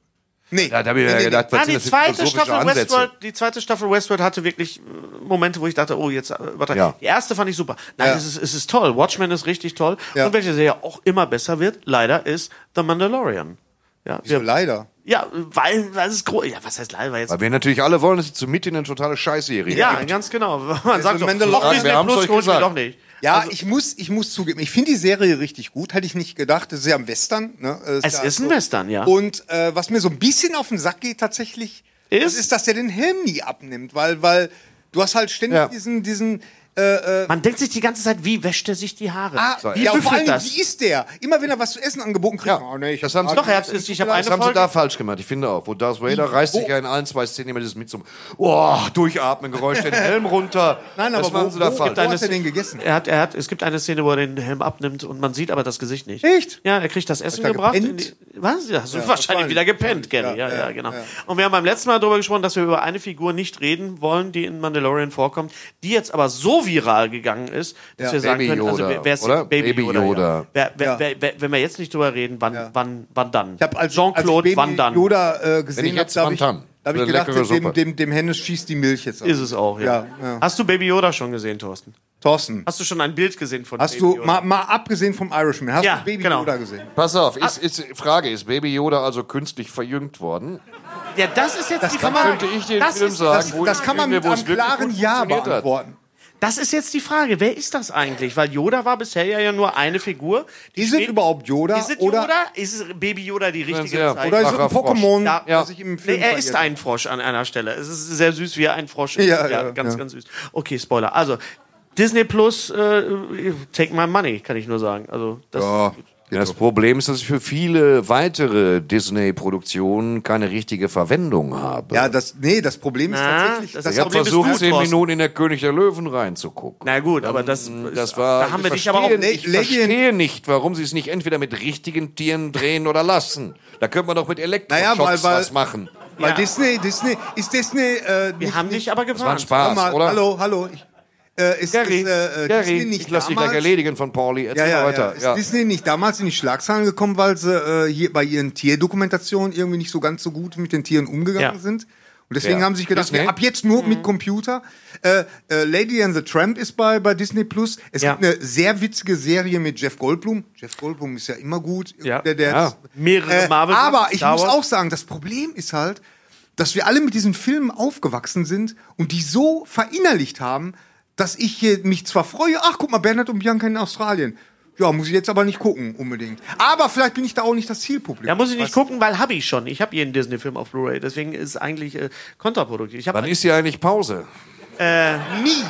nee,
Da, da habe ich mir
nee, nee,
gedacht, was
Ah,
sind
die
das für
zweite
philosophische
Staffel
Ansätze?
Westworld, die zweite Staffel Westworld hatte wirklich äh, Momente, wo ich dachte, oh, jetzt äh, übertreibe.
Ja.
Die erste fand ich super. Nein,
Ja.
es, ist, es ist toll. Watchmen ist richtig toll.
Ja.
Und welche Serie auch immer besser wird, leider, ist The Mandalorian. Ja,
Wieso leider?
Ja, weil, weil es ist groß. Ja, was heißt leider? Weil jetzt
Weil wir natürlich alle wollen, dass es zur Mitte eine totale Scheißserie
Ja,
gibt.
ganz genau. Man sagt so,
Mandalorian,
ach, Disney
wir haben's
Plus
euch
geholt mir
gesagt.
doch nicht. Also,
Ja, ich, muss, ich muss zugeben, ich finde die Serie richtig gut. Hätte ich nicht gedacht. Das ist ja ein Western. Ne? Das
Es
ja
ist ein
so.
Western, ja.
Und äh, was mir so ein bisschen auf den Sack geht tatsächlich,
Ist?
das ist, dass der den Helm nie abnimmt. Weil, weil du hast halt ständig
Ja.
diesen... diesen
Man denkt sich die ganze Zeit, wie wäscht er sich die Haare?
ah,
So,
wie Äh, ja,
büffelt
vor allem,
das?
wie ist der? Immer wenn er was zu essen angeboten kriegt.
Ja,
oh, nee, ich
das
hab
haben's-
Atem.
doch, er hat es. Ich habe eine
Das haben sie
Folge.
da falsch gemacht, ich finde auch. Wo Darth Vader reißt sich ja in allen zwei Szenen immer das mit zum oh, Durchatmen, Geräusch, den Helm runter.
Nein,
das
aber wo,
machen sie da
wo,
falsch.
wo hat er den gegessen?
Er hat, er hat, es gibt eine Szene, wo er den Helm abnimmt und man sieht aber das Gesicht nicht.
Echt?
Ja, er kriegt das Essen
er
gebracht. in
gepennt?
die- Was? Ja, hast du wahrscheinlich
wahrscheinlich.
wieder gepennt, Gary. Ja, ja, genau. Und wir haben beim letzten Mal darüber gesprochen, dass wir über eine Figur nicht reden wollen, die in Mandalorian vorkommt, die jetzt aber so viral gegangen ist, dass
Ja,
wir sagen
Baby
können, also
Yoda,
wer wer ist
oder?
Baby,
Baby
Yoda? Ja.
Yoda.
Wer, wer,
Ja.
Wer, wer, wenn wir jetzt nicht drüber reden, wann, wann, wann dann?
Ich habe als, als
Jean-Claude
ich
Van
Baby
Damme.
Yoda äh, gesehen habe,
jetzt
da habe ich,
Van Damme.
da hab ich
Eine
gedacht,
leckere
dem,
Suppe.
dem, dem Hennes schießt die Milch jetzt ab.
Ist es auch, ja.
Ja, ja.
Hast du Baby Yoda schon gesehen, Thorsten?
Thorsten,
Hast du schon ein Bild gesehen von
hast
Baby
du,
Yoda?
mal, mal abgesehen vom Irishman, hast
Ja,
du Baby
genau.
Yoda gesehen?
Pass auf, ist, ist, Frage ist, Baby Yoda also künstlich verjüngt worden?
Ja, das ist jetzt die
kann
Frage.
man-
Könnte ich den
das,
Film
ist,
sagen,
Das,
wo
das
ich
kann man
finde,
mit
wo es
einem
wirklich gut
klaren Ja
funktioniert hat.
beantworten.
das ist jetzt die Frage. Wer ist das eigentlich? Weil Yoda war bisher ja nur eine Figur. Die
Ist es
steht-
überhaupt Yoda?
Ist es
oder,
Yoda? Ist es Baby Yoda die richtige
Ja,
Zeit?
oder ist es
Wacher
ein
Frosch.
Pokémon,
Ja.
das ich im
Nee,
Film
er ist
verirrt?
ein Frosch an einer Stelle. Es ist sehr süß, wie er ein Frosch ist.
Ja, ja,
ganz,
ja.
ganz süß. Okay, Spoiler. Also, Disney Plus, äh, take my money, kann ich nur sagen. Also, das,
Ja, das Problem ist, dass ich für viele weitere Disney-Produktionen keine richtige Verwendung habe.
Ja, das, nee, das Problem ist
Na,
tatsächlich,
das
das,
ist
ich habe
Problem bist
versucht,
du,
zehn
Thorsten.
Minuten in der König der Löwen reinzugucken.
na gut, aber das,
Ähm, Das war,
da haben wir
ich
dich aber auch.
verstehe-
Nee,
Ich
Legend-
verstehe nicht, warum sie es nicht entweder mit richtigen Tieren drehen oder lassen. Da könnte man doch mit Elektroschocks
Naja, weil- weil-
was machen.
weil
Ja.
Disney, Disney, ist Disney, äh,
Wir haben dich aber
Das war ein
gewarnt.
Spaß,
Hör mal,
oder?
hallo, hallo, ich, äh, ist,
Gary,
ist äh, äh,
Gary
Disney nicht
ich lass dich gleich
damals,
erledigen von Pauli.
ja,
Erzähl
ja,
mal
ja.
weiter.
Ist
Ja.
Disney nicht damals in die Schlagzeilen gekommen, weil sie äh, hier bei ihren Tierdokumentationen irgendwie nicht so ganz so gut mit den Tieren umgegangen
Ja.
sind? Und deswegen
Ja.
haben sie sich gedacht,
Disney?
ja, ab jetzt nur
Mhm.
mit Computer. Äh, äh, Lady and the Tramp ist bei, bei Disney Plus. Es
Ja.
gibt eine sehr witzige Serie mit Jeff Goldblum. Jeff Goldblum ist ja immer gut.
Ja.
Der, der
Ja.
Mehrere
äh,
Marvel.
aber ich
Star
muss
Wars.
auch sagen, das Problem ist halt, dass wir alle mit diesen Filmen aufgewachsen sind und die so verinnerlicht haben, dass ich hier mich zwar freue, ach guck mal, Bernhard und Bianca in Australien. Ja, muss ich jetzt aber nicht gucken, unbedingt. Aber vielleicht bin ich da auch nicht das Zielpublikum.
Ja, muss ich nicht gucken, weil habe ich schon. Ich habe jeden Disney-Film auf Blu-ray. Deswegen ist es eigentlich äh, kontraproduktiv. Ich hab, äh,
Wann ist hier eigentlich Pause?
nie.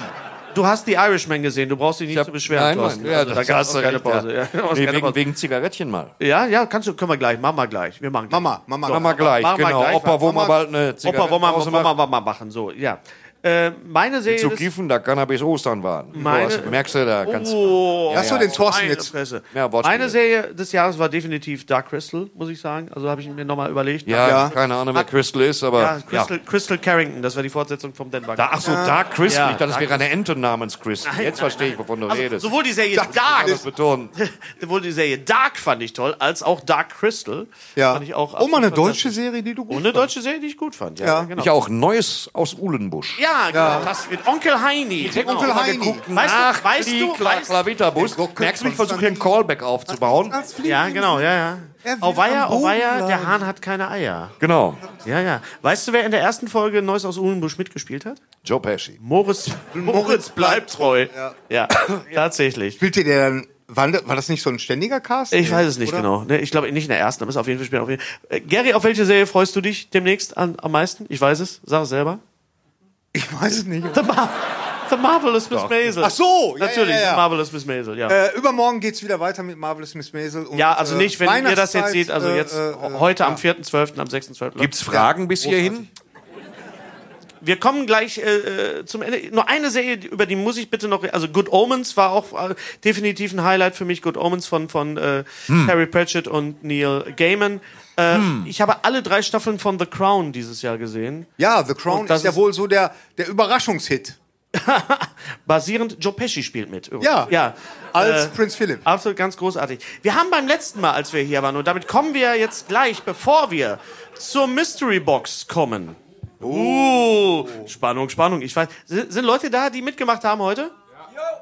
du hast die Irishman gesehen. Du brauchst dich nicht
hab-
zu beschweren.
Nein,
Thorsten.
Mann, ja,
also, da
das
gab's
hast
doch
du
keine
recht,
Pause. Ja,
ja.
da gab's
Nee,
keine
wegen,
Pause.
wegen Zigarettchen mal.
ja, ja, kannst du, können wir gleich. Machen wir gleich. Wir machen gleich.
Mama, Mama.
Machen wir gleich,
Machen wir
genau.
gleich,
Opa, wo
machen
man
wir-
bald eine
Opa, wollen wir,
Zigarettenpause
wollen wir
macht.
mal- mal machen. So, ja. Äh, meine Serie
Zu
des-
kiffen, da Cannabis Ostern waren.
Meine-
Meine, merkst du da ganz...
Oh,
Lass doch den Thorsten
meine
jetzt.
Fresse.
Ja, Wortspiele.
Meine Serie des Jahres war definitiv Dark Crystal, muss ich sagen. Also habe ich mir nochmal überlegt.
Ja,
Ja.
keine Ahnung, wer Crystal ist, aber...
Ja, Crystal, Ah. Crystal Carrington, das war die Fortsetzung vom Denver.
Da, ach so, Dark Crystal.
Ja,
ich dachte, es
Dark
wäre eine Ente namens Crystal. Jetzt verstehe ich, wovon du redest.
Also, sowohl die Serie Dark,
Ich kann das betonen.
sowohl die Serie Dark fand ich toll, als auch Dark Crystal
Ja.
fand ich auch.
oh, mal eine
absolut
deutsche
fantastisch.
Serie, die du gut
Und eine deutsche Serie, die ich gut fand. Ja,
Ja.
genau.
Ich auch Neues aus Uhlenbusch.
Ja, genau. Das mit Onkel Heini. genau.
Onkel Heini.
Weißt du,
Ach,
weißt
die
du,
Kla-
weißt-
Klavitterbus. Merkst du, ich versuche hier einen Callback aufzubauen.
Als Fliegen-
Ja, genau, ja, ja.
Er will
Auweia,
am Boden
auweia, der
bleiben.
Hahn hat keine Eier.
Genau.
Ja, ja. Weißt du, wer in der ersten Folge Neues aus Uhlenbusch mitgespielt hat?
Joe Pesci.
Moritz, Moritz bleibt treu. Ja, tatsächlich.
Spielte der dann, war, war das nicht so ein ständiger Cast?
Ich weiß es nicht genau. Ne, ich glaube nicht in der ersten, aber ist auf jeden Fall später. Auf jeden Äh, Gary, auf welche Serie freust du dich demnächst an, am meisten? Ich weiß es, sag es selber.
Ich weiß es nicht.
The, Mar The Marvelous Miss Maisel.
Ach so, ja,
Natürlich,
ja, ja, ja.
The Marvelous Miss Maisel, ja.
Äh, übermorgen geht's wieder weiter mit Marvelous Miss Maisel. Und,
ja, also
äh,
nicht, wenn ihr das jetzt
Weihnachtszeit,
seht, also
äh,
jetzt
äh,
heute am 4.12., am 6.12.
Gibt's Fragen bis hierhin?
Wir kommen gleich äh, äh, zum Ende. Nur eine Serie, die- über die muss ich bitte noch. Also Good Omens war auch äh, definitiv ein Highlight für mich. Good Omens von von äh,
Hm.
Harry Pratchett und Neil Gaiman. Äh, Ich habe alle drei Staffeln von The Crown dieses Jahr gesehen.
Ja, The Crown
Und das
ist ja
ist-
wohl so der, der Überraschungshit
Basierend, Joe Pesci spielt mit. Übrigens.
Ja.
ja.
als
Äh,
Prinz Philip.
Absolut ganz großartig. Wir haben beim letzten Mal, als wir hier waren, und damit kommen wir jetzt gleich, bevor wir zur Mystery Box kommen.
Oh.
Uh, Spannung, Spannung. Ich weiß, sind sind Leute da, die mitgemacht haben heute?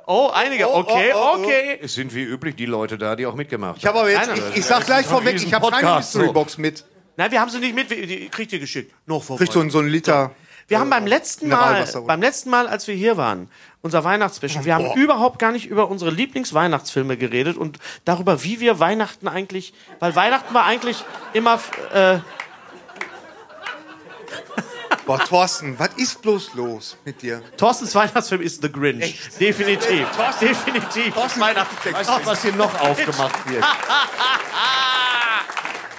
Oh, einige. Okay,
oh, oh.
okay.
Es sind wie üblich die Leute da, die auch mitgemacht
Ich habe aber jetzt,
Einer,
ich, ich sag gleich vorweg, ich habe keine
Riesen-Podcast,
Mystery Box mit.
Nein, wir haben sie nicht mit. wir- Die, kriegt ihr geschickt. Noch vor
Kriegt so, ein- so ein Liter.
wir haben
Also,
beim letzten Mal,
Mineralwasser, oder?
beim letzten Mal, als wir hier waren, unser Weihnachtsspecial, wir haben überhaupt gar nicht über unsere Lieblingsweihnachtsfilme geredet und darüber, wie wir Weihnachten eigentlich, weil Weihnachten war eigentlich immer, äh,
Boah, Thorsten, was ist bloß los mit dir?
Thorstens Weihnachtsfilm ist The Grinch. Definitiv. Definitiv. Thorsten Weihnachten.
Äh, Weißt du, was hier noch aufgemacht wird?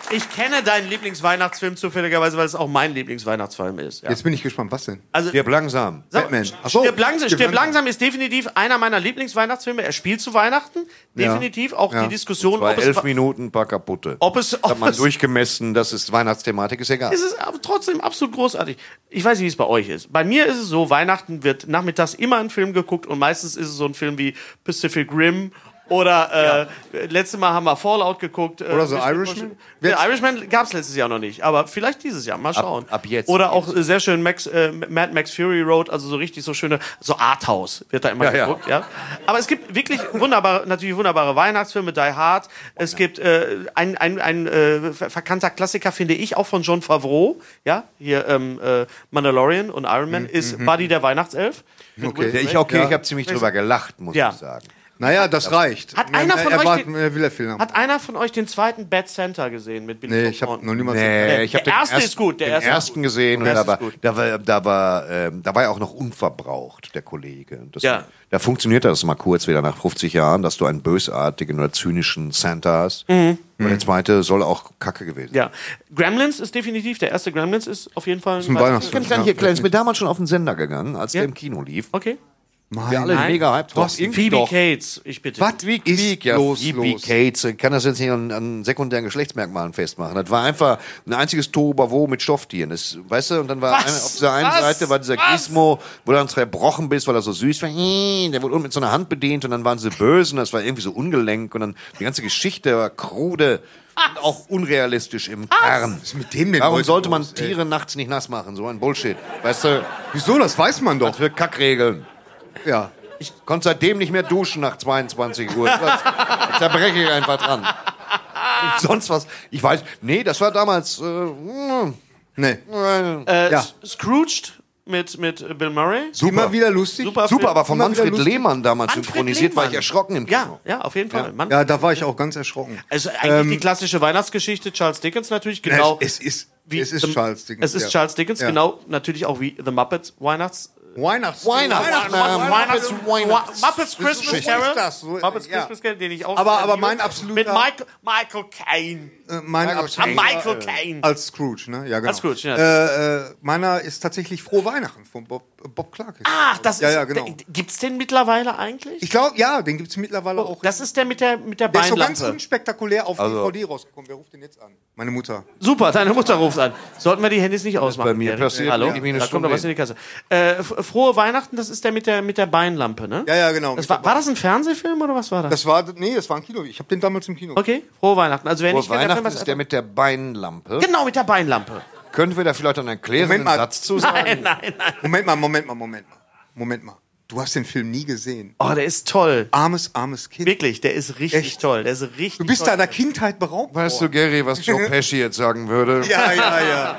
Ich kenne deinen Lieblingsweihnachtsfilm zufälligerweise, weil es auch mein Lieblingsweihnachtsfilm ist. Ja.
Jetzt bin ich gespannt, was denn?
Stirb langsam.
Sag-
Batman. Ach so,
Stirb, langsam,
Stirb
Stirb
langsam.
langsam ist definitiv einer meiner Lieblingsweihnachtsfilme. Er spielt zu Weihnachten. Definitiv auch
Ja.
die Diskussion,
Bei
ob es,
elf Minuten ein paar kaputte.
ob es,
Hat
ob
man
es
durchgemessen, das ist Weihnachtsthematik, ist egal.
Es ist aber trotzdem absolut großartig. Ich weiß nicht, wie es bei euch ist. Bei mir ist es so, Weihnachten wird nachmittags immer ein Film geguckt und meistens ist es so ein Film wie Pacific Rim oder äh, letztes Mal haben wir Fallout geguckt. Äh,
Oder so
Mission
Irishman?
Impossible. Nee, Irishman gab es letztes Jahr noch nicht, aber vielleicht dieses Jahr. Mal schauen.
ab jetzt.
Oder auch äh, sehr schön Max, äh, Mad Max Fury Road, also so richtig so schöne, so Arthouse wird da immer
Ja, ja.
geguckt. Ja. Aber es gibt wirklich wunderbare, natürlich wunderbare Weihnachtsfilme, Die Hard. Es gibt äh, ein, ein, ein äh, ver- verkannter Klassiker, finde ich, auch von John Favreau. Ja, hier ähm, äh, Mandalorian und Iron
Mhm,
Man ist Buddy der Weihnachtself.
Okay.
Ja, ich, okay, ich habe ziemlich drüber gelacht, muss
Ja.
ich sagen.
Naja, das reicht.
Hat einer
Er-
von
er
euch
war-
den-
er will er viel haben.
Hat Oh. einer von euch den zweiten Bad Center gesehen mit Billy
Nee,
Bob
ich habe
Thornton?
noch niemals.
Nee, ich
Der
hab den
erste
ersten,
ist gut, der
den
erste ist
ersten gesehen und
Der
da
erste
war,
ist gut.
da war, da war, ähm, da war ja auch noch unverbraucht der Kollege. Und Das,
Ja.
Da funktioniert das mal kurz wieder nach 50 Jahren, dass du einen bösartigen oder zynischen Santa hast. Und der zweite soll auch Kacke gewesen.
Mhm. Ja. Gremlins ist definitiv, der erste Gremlins ist auf jeden Fall
ein
Ich kann
Weihnachtsfilm.
mich gar nicht erklären, ist mir damals schon auf den Sender gegangen, als
Ja.
der im Kino lief.
Okay.
Wir alle
Nein.
mega hyped. drauf. Irgendwie
Phoebe
doch.
Cates, ich bitte.
Was ist
ja,
los,
Phoebe
los?
Cates, äh, kann das jetzt nicht an, an sekundären Geschlechtsmerkmalen festmachen. Das war einfach ein einziges Tobavo mit Stofftieren. Das, weißt du, und dann war
Was?
eine, auf dieser einen
Was?
Seite war dieser
Was?
Gizmo, wo du dann zerbrochen bist, weil er so süß war. Ih, Der wurde mit so einer Hand bedient und dann waren sie böse und das war irgendwie so ungelenk und dann die ganze Geschichte war krude und auch unrealistisch im Kern.
Was ist mit dem denn
Warum
heute
sollte man
los, ey?
Tiere nachts nicht nass machen? So ein Bullshit. Weißt du,
Wieso? Das weiß man
was
doch.
für Kackregeln.
Ja.
Konnte seitdem nicht mehr duschen nach 22 Uhr. Das, da breche ich einfach dran. Und sonst was. Ich weiß, nee, das war damals. Äh, mm,
Nee.
äh,
äh,
ja.
S- Scrooged mit, mit Bill Murray.
super.
Immer wieder lustig.
Super,
super, aber von
immer wieder
Manfred
lustig.
Lehmann damals
Manfred
synchronisiert, war ich
Lehmann.
erschrocken im
Ja,
Kino.
ja, auf jeden Fall. Mann,
Ja, da war ich auch ganz erschrocken.
Also eigentlich die klassische Weihnachtsgeschichte Charles Dickens natürlich genau.
Es, es ist,
wie
es ist
The-
Charles Dickens.
Es ist
ja.
Charles Dickens
Ja.
genau natürlich auch wie The Muppets Weihnachts.
Weihnachts.
Weihnachts-
Weihnachts-
Weihnachts- Weihnachts-
Muppets Christmas
Geschichte.
Carol.
Ist das so? äh,
Muppets
Ja.
Christmas Carol, den ich auch.
Aber- aber
liebe.
mein absoluter-
Mit Michael Michael Caine. Ah,
Äh, Mein absoluter-
Michael Caine.
Als Scrooge, ne? Ja, genau.
Als Scrooge, ja.
Äh, äh, meiner ist tatsächlich Frohe Weihnachten von Bob, äh, Bob Clark.
Ach, das
ja,
ist.
Ja, genau.
d- Gibt's den mittlerweile eigentlich?
Ich glaube, ja, den gibt es mittlerweile auch.
Oh, das Also ist der mit der mit der
der ist so ganz
Beinlampe.
unspektakulär auf DVD rausgekommen. Wer ruft den jetzt an? Meine Mutter.
Super, deine Mutter ruft an. Sollten wir die Handys nicht ausmachen?
bei mir
Erik?
passiert,
Hallo,
wenn ich mich eine
da kommt
Stunde
doch was in die Kasse. Äh, f- frohe Weihnachten, das ist der mit der mit der Beinlampe, ne?
Ja, ja, genau.
Das war, war das ein Fernsehfilm oder was war das?
Das war, nee, das war ein Kino. Ich habe den damals im Kino.
Okay, frohe Weihnachten. Also wer
Vor
nicht kennt,
Weihnachten
Film
ist der mit der Beinlampe.
Genau, mit der Beinlampe.
Können wir da vielleicht einen
Moment
erklärenden
mal.
Satz zu sagen?
nein, nein.
Moment mal, Moment mal, Moment mal. Moment mal. Du hast den Film nie gesehen.
Oh, der ist toll.
Armes, armes Kind.
Wirklich, der ist richtig
Echt?
toll. Der ist richtig
Du bist
toll.
deiner Kindheit beraubt.
Weißt du,
worden.
Gary, was Joe Pesci jetzt sagen würde?
Ja, ja, ja.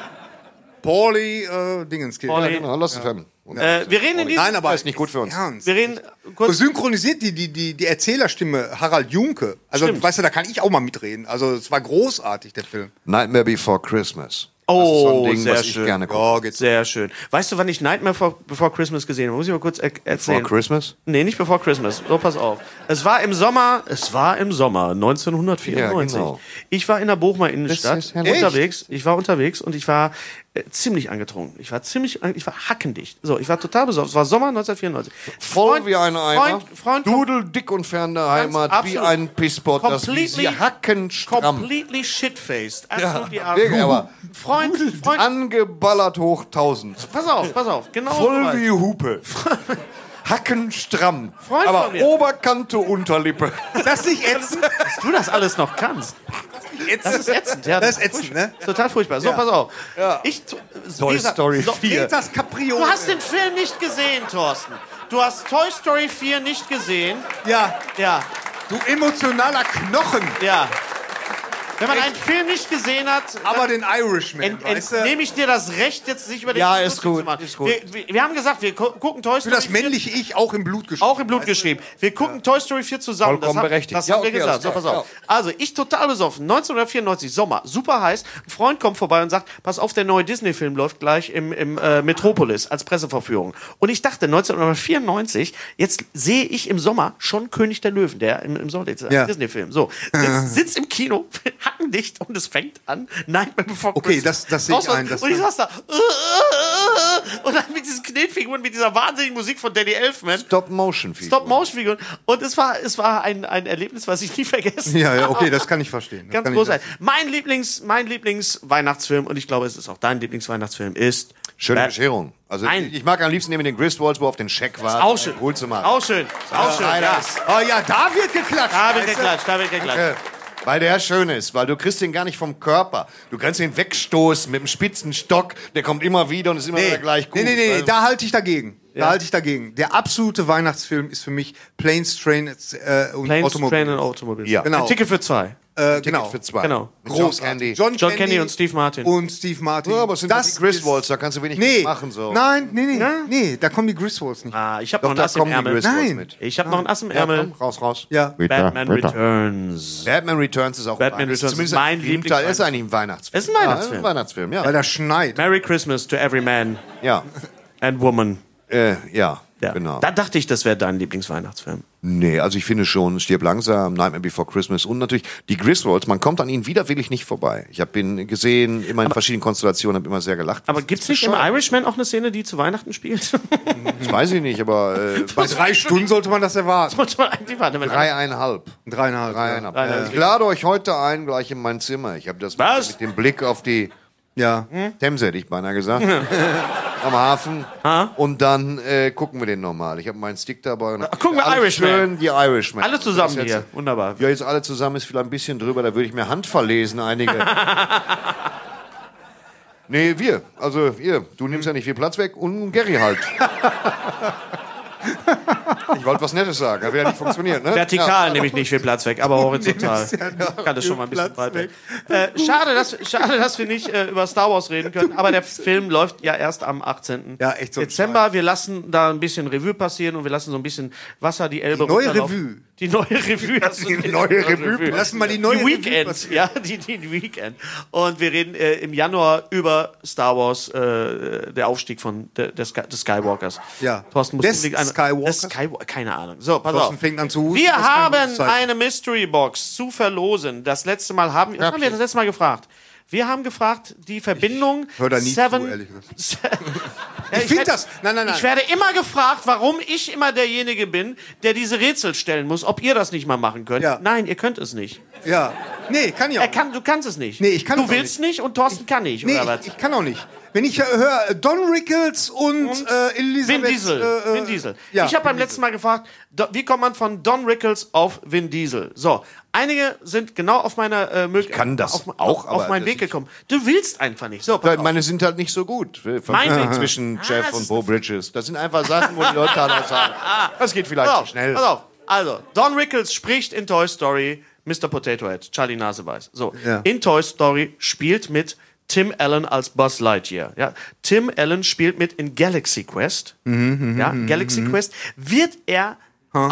Pauli äh, Dingenskind.
Pauli-
genau, lass es ja.
Äh, wir reden in diesem, Oh,
Nein, aber
ist nicht gut für uns.
Ernst.
wir reden kurz.
Synchronisiert die, die, die, die Erzählerstimme Harald Junke. Also,
Stimmt.
weißt du, da kann ich auch mal mitreden. Also, es war großartig, der Film.
Nightmare Before Christmas. das ist so
Oh,
ein Ding,
sehr
was ich
schön.
gerne gucke.
Ja, geht's.
Sehr schön. Weißt du, wann ich Nightmare Before, Before Christmas gesehen habe? Muss ich mal kurz er
Before
erzählen.
Christmas?
Nee, nicht bevor Christmas. So, pass auf. Es war im Sommer, es war im Sommer
Ja,
1994.
genau.
Ich war in der Bochumer
Das
Innenstadt
ist herrlich.
unterwegs. Ich war unterwegs und ich war äh, ziemlich angetrunken. Ich war ziemlich, an- ich war hackendicht. So, ich war total besoffen. Es war Sommer 1994.
Voll wie ein Eimer.
Freund, Freund,
Dudel dick und fern der Heimat,
Ganz
wie
absolut.
ein Pisspot, das wie
Completely-
sie hackenstramm.
completely shitfaced. Absolut die
Wirklich, aber
Arme. Freund, Freund,
angeballert hoch 1000.
pass auf, pass auf. Genau so
Voll
weit.
wie Hupe. Hackenstramm.
Freund von
aber
mir.
Oberkante, Unterlippe.
Ist das nicht ätzend?
Dass du das alles noch kannst. Das ist ätzend, ja.
Das ist ätzend, ne?
Ist Total furchtbar. So, pass auf. Ich, tu- wie gesagt,
Story
so-
4.
Peters Capriole.
Du hast den Film nicht gesehen, Thorsten. Du hast Toy Story 4 nicht gesehen.
Ja,
Ja,
du emotionaler Knochen.
ja. Wenn man einen Film nicht gesehen hat,
Aber den Irishman,
ent,
weißt du?
entnehme ich dir das Recht, jetzt sich über den
Ja,
Film
ist
lustig
gut,
zu machen.
ist gut.
Wir, wir, wir haben gesagt, wir gu- gucken Toy
Für
Story
das
4
männliche Ich auch im Blut geschrieben.
auch im Blut geschrieben. Wir gucken Toy Story 4 zusammen.
Vollkommen
das haben,
berechtigt.
Das
Ja,
haben wir
okay,
gesagt.
alles
So,
klar,
pass auf. Also, ich total besoffen. 1994, Sommer, super heiß. Ein Freund kommt vorbei und sagt, pass auf, der neue Disney-Film läuft gleich im, im äh, Metropolis als Presseverführung. Und ich dachte, 1994, jetzt sehe ich im Sommer schon König der Löwen, der im, im Sommer, dieser
Ja.
Disney-Film. So, jetzt sitzt im Kino, hackendicht und es fängt an. Nightmare Before
Okay,
Christmas.
das- das sehe ich
Raus-
ein, das-
und ich saß da. äh, äh, äh, Und dann mit diesen Knetfiguren, mit dieser wahnsinnigen Musik von Danny Elfman.
Stop-Motion-Figuren.
Stop-Motion-Figuren. Und es war, es war ein, ein Erlebnis, was ich nie vergessen
Ja, ja, okay,
habe.
das kann ich verstehen. ne? Das
Ganz
kann ich
großartig. Mein Lieblings, mein Lieblings-Weihnachtsfilm, und ich glaube, es ist auch dein Lieblingsweihnachtsfilm, ist.
Schöne
Bad-
Bescherung. Also
Äh, Nein.
ich mag am liebsten den mit den Griswolds, wo auf den Scheck war.
Auch schön.
Cool zu machen.
Auch schön. Ist Auch
Ah,
schön. Ja.
Oh ja, da wird geklatscht.
Da wird
weißt du?
geklatscht, da wird geklatscht.
Weil der schön ist, weil du kriegst den gar nicht vom Körper. Du kannst ihn wegstoßen mit dem spitzen Stock, der kommt immer wieder und ist immer wieder gleich gut.
Nee, nee, nee,
Weil-
da halte ich dagegen. Da halte ich dagegen. Der absolute Weihnachtsfilm ist für mich Planes, Trains äh, und
Planes,
Automobil.
Train and Automobiles.
Ja.
Ein Ticket für zwei.
äh,
Ticket
genau.
für zwei.
Genau.
Mit John
Großartig.
Candy.
John Candy und Steve Martin.
Und Steve Martin.
Ja, aber es sind das die Griswolds,
ist-
da kannst du wenig
Nee.
machen. So.
Nein, nee, nee, nee, da kommen die Griswolds nicht.
Ah, ich habe noch
Doch,
ein
da
Ass im
kommen die
Ärmel.
Griswolds
Nein.
mit.
Ich habe noch ein Ass im
Ja, komm,
Ärmel.
raus, raus.
Ja.
Batman Returns.
Batman Returns ist auch Weihnachts-
Batman Returns ist
zumindest
mein
ein Gegenteil.
Lieblings-
ist eigentlich ein Weihnachtsfilm.
Ist ein Weihnachtsfilm.
Ja, ein Weihnachtsfilm,
Weil
ja.
da schneit.
Merry Christmas to every man
Ja.
and woman.
Äh, ja,
Ja.
genau.
Da dachte ich, das wäre dein Lieblingsweihnachtsfilm.
Nee, also ich finde schon, stirb langsam, Nightmare Before Christmas und natürlich die Griswolds, man kommt an ihnen widerwillig nicht vorbei. Ich habe ihn gesehen, immer in verschiedenen Konstellationen, habe immer sehr gelacht.
Aber gibt's nicht im Irishman auch eine Szene, die zu Weihnachten spielt?
Das weiß ich nicht, aber äh, bei
Bei drei Stunden sollte man das erwarten.
Muss man eigentlich- warte mal.
dreieinhalb.
Dreieinhalb.
dreieinhalb.
Ja.
Ich lade euch heute ein, gleich in mein Zimmer. Ich habe das mit-
Was?
mit dem Blick auf die
Ja.
Hm?
Themse, hätte ich beinahe gesagt, am Hafen. Und dann äh, gucken wir den nochmal. Ich habe meinen Stick dabei. und-
gucken wir
Alle
Irishman.
Schön, die Irishman.
Alle zusammen
Das ist
hier.
jetzt-
Wunderbar.
Ja, jetzt alle zusammen ist vielleicht ein bisschen drüber, da würde ich mir Hand verlesen, einige. nee, wir. Also ihr. Du nimmst ja nicht viel Platz weg und Gary halt. ich wollte was Nettes sagen, aber ja nicht funktioniert, ne?
Vertikal nehme ich nicht viel Platz weg, aber horizontal kann das schon mal ein bisschen weit weg. Äh, schade, dass, schade, dass wir nicht äh, über Star Wars reden können, aber der Film läuft ja erst am 18.
Ja, echt so ein
Dezember. Wir lassen da ein bisschen Revue passieren und wir lassen so ein bisschen Wasser die Elbe
Die neue
runterlaufen.
Revue.
Die neue Revue. hast du
Die
nicht?
neue Revue. Lassen wir die neue
die
Revue
Weekend,
passieren.
ja, die, die Weekend. Und wir reden äh, im Januar über Star Wars, äh, der Aufstieg von de, des, Sky- des Skywalkers.
Ja.
Thorsten muss
Des
unbedingt eine-
Skywalkers?
Des Skywa- keine Ahnung. So, pass
Thorsten
auf.
fängt an zu husten,
Wir
das kann ein gutes
haben
Zeichen.
eine Mystery Box zu verlosen. Das letzte Mal haben wir, was haben wir das letzte Mal gefragt? Wir haben gefragt, die Verbindung
hör da nie
Seven.
zu, ehrlich gesagt.
Ja,
Ich finde
hätte-
das. Nein, nein, nein.
Ich werde immer gefragt, warum ich immer derjenige bin, der diese Rätsel stellen muss, ob ihr das nicht mal machen könnt.
Ja.
Nein, ihr könnt es nicht.
Ja. Nee, kann ich auch.
Er kann, du kannst es nicht.
Nee, ich kann
du
es auch
willst nicht. und Thorsten kann nicht,
Nee,
oder was?
ich, ich kann auch nicht. Wenn ich äh, höre äh, Don Rickles und, äh, Elisabeth...
Vin Diesel.
Äh, äh,
Vin Diesel.
Ja.
ich habe beim letzten Mal gefragt, do, wie kommt man von Don Rickles auf Vin Diesel? So, einige sind genau auf meiner äh, Möglichkeit.
kann das
auf,
auch,
auf, auf
aber
meinen
das
Weg
ist-
gekommen. Du willst einfach nicht. So, pass
Ja,
auf.
Meine sind halt nicht so gut.
Mein Weg.
zwischen
Ah,
Jeff
das
und
ist-
Bo Bridges. Das sind einfach Sachen, wo die Leute halt auch sagen, das geht vielleicht
pass
zu
auf,
schnell.
Pass auf. Also, Don Rickles spricht in Toy Story Mr. Potato Head, Charlie Naseweiß. So,
Ja.
in Toy Story spielt mit Tim Allen als Buzz Lightyear. Ja? Tim Allen spielt mit in Galaxy Quest. ja? Galaxy Quest wird er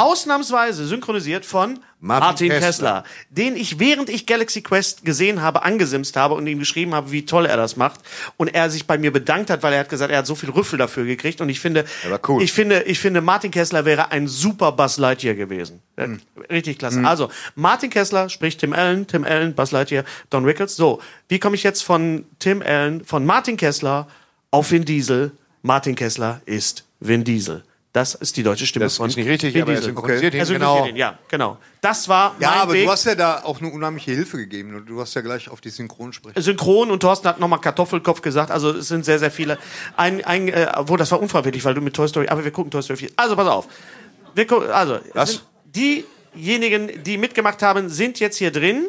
ausnahmsweise synchronisiert von Martin,
Martin
Kessler, den ich während ich Galaxy Quest gesehen habe, angesimst habe und ihm geschrieben habe, wie toll er das macht und er sich bei mir bedankt hat, weil er hat gesagt, er hat so viel Rüffel dafür gekriegt und ich finde,
Ja, war cool.
ich finde, ich finde, Martin Kessler wäre ein super Buzz Lightyear gewesen. Ja,
Hm.
Richtig klasse. Also, Martin Kessler spricht Tim Allen, Tim Allen, Buzz Lightyear, Don Rickles. So, wie komme ich jetzt von Tim Allen, von Martin Kessler auf Vin Diesel? Martin Kessler ist Vin Diesel. Das ist die deutsche Stimme
Das
von
ist nicht richtig,
Vin
aber er
Diesel.
synchronisiert
Er
ihn
synchronisiert
genau.
ihn, ja, genau. Das war
ja,
mein
aber
Weg.
du hast ja da auch eine unheimliche Hilfe gegeben. Du hast ja gleich auf die Synchronsprecher.
Synchron und Thorsten hat nochmal Kartoffelkopf gesagt. Also es sind sehr, sehr viele. Ein, ein, äh, wo das war unfreiwillig, weil du mit Toy Story. Aber wir gucken Toy Story 4. Also pass auf. Wir gucken, also
Was?
sind diejenigen, die mitgemacht haben, sind jetzt hier drin.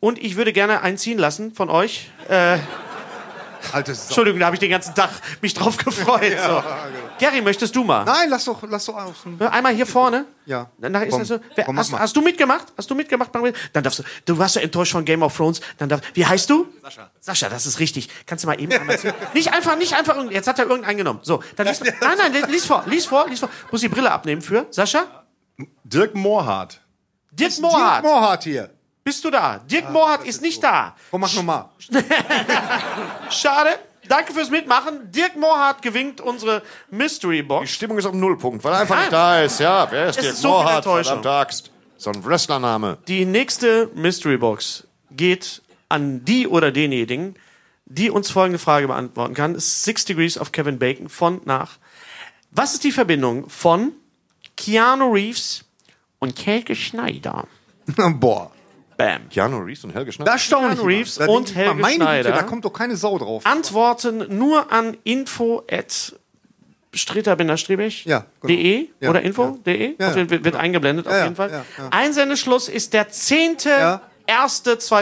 Und ich würde gerne einen ziehen lassen von euch. Äh,
Alte Sau.
Entschuldigung, da habe ich den ganzen Tag mich drauf gefreut. So.
genau.
Gary, möchtest du mal?
Nein, lass doch, lass doch aus.
Einmal hier vorne.
Ja.
Dann ist
Komm,
das so. Wer,
komm, mach
hast,
mal.
hast du mitgemacht? Hast du mitgemacht? Mach mit. Dann darfst du. Du warst ja enttäuscht von Game of Thrones. Dann darf, wie heißt du? Sascha. Sascha, das ist richtig. Kannst du mal eben einmal zu- Nicht einfach, nicht einfach. irgend- Jetzt hat er irgendeinen genommen. So, dann lies, nein, nein, lies vor, lies vor, lies vor. Muss die Brille abnehmen für Sascha.
Dirk Mohrhardt.
Dirk Mohrhardt,
Mohrhardt hier.
bist du da? Dirk
Ah,
Mohrhardt ist nicht da.
Komm, mach nochmal.
Schade. Danke fürs Mitmachen. Dirk Mohrhardt gewinnt unsere Mystery
Die
Box.
Stimmung ist auf dem Nullpunkt, weil er einfach
Nein.
nicht da ist. Ja, wer ist
Es
Dirk
ist so viel
Mohrhardt?
Enttäuschung.
Verdammt Axt. So ein Wrestlername.
Die nächste Mystery Box geht an die oder denjenigen, die uns folgende Frage beantworten kann. Es ist Six Degrees of Kevin Bacon von nach. Was ist die Verbindung von Keanu Reeves und Helge Schneider?
Boah.
Bam.
Keanu Reeves und Helge Schneider.
Da staune ich.
Keanu
immer.
Reeves
Da denk
und
ich immer,
Helge
meine
Schneider.
Güte, da kommt doch keine Sau drauf.
Antworten nur an info at streter-strebech.de
Ja, genau. Ja,
oder info.de.
ja. Genau.
wird wird eingeblendet auf
ja,
jeden Fall.
ja, ja.
Einsendeschluss ist der 10.01.2020.
Ja.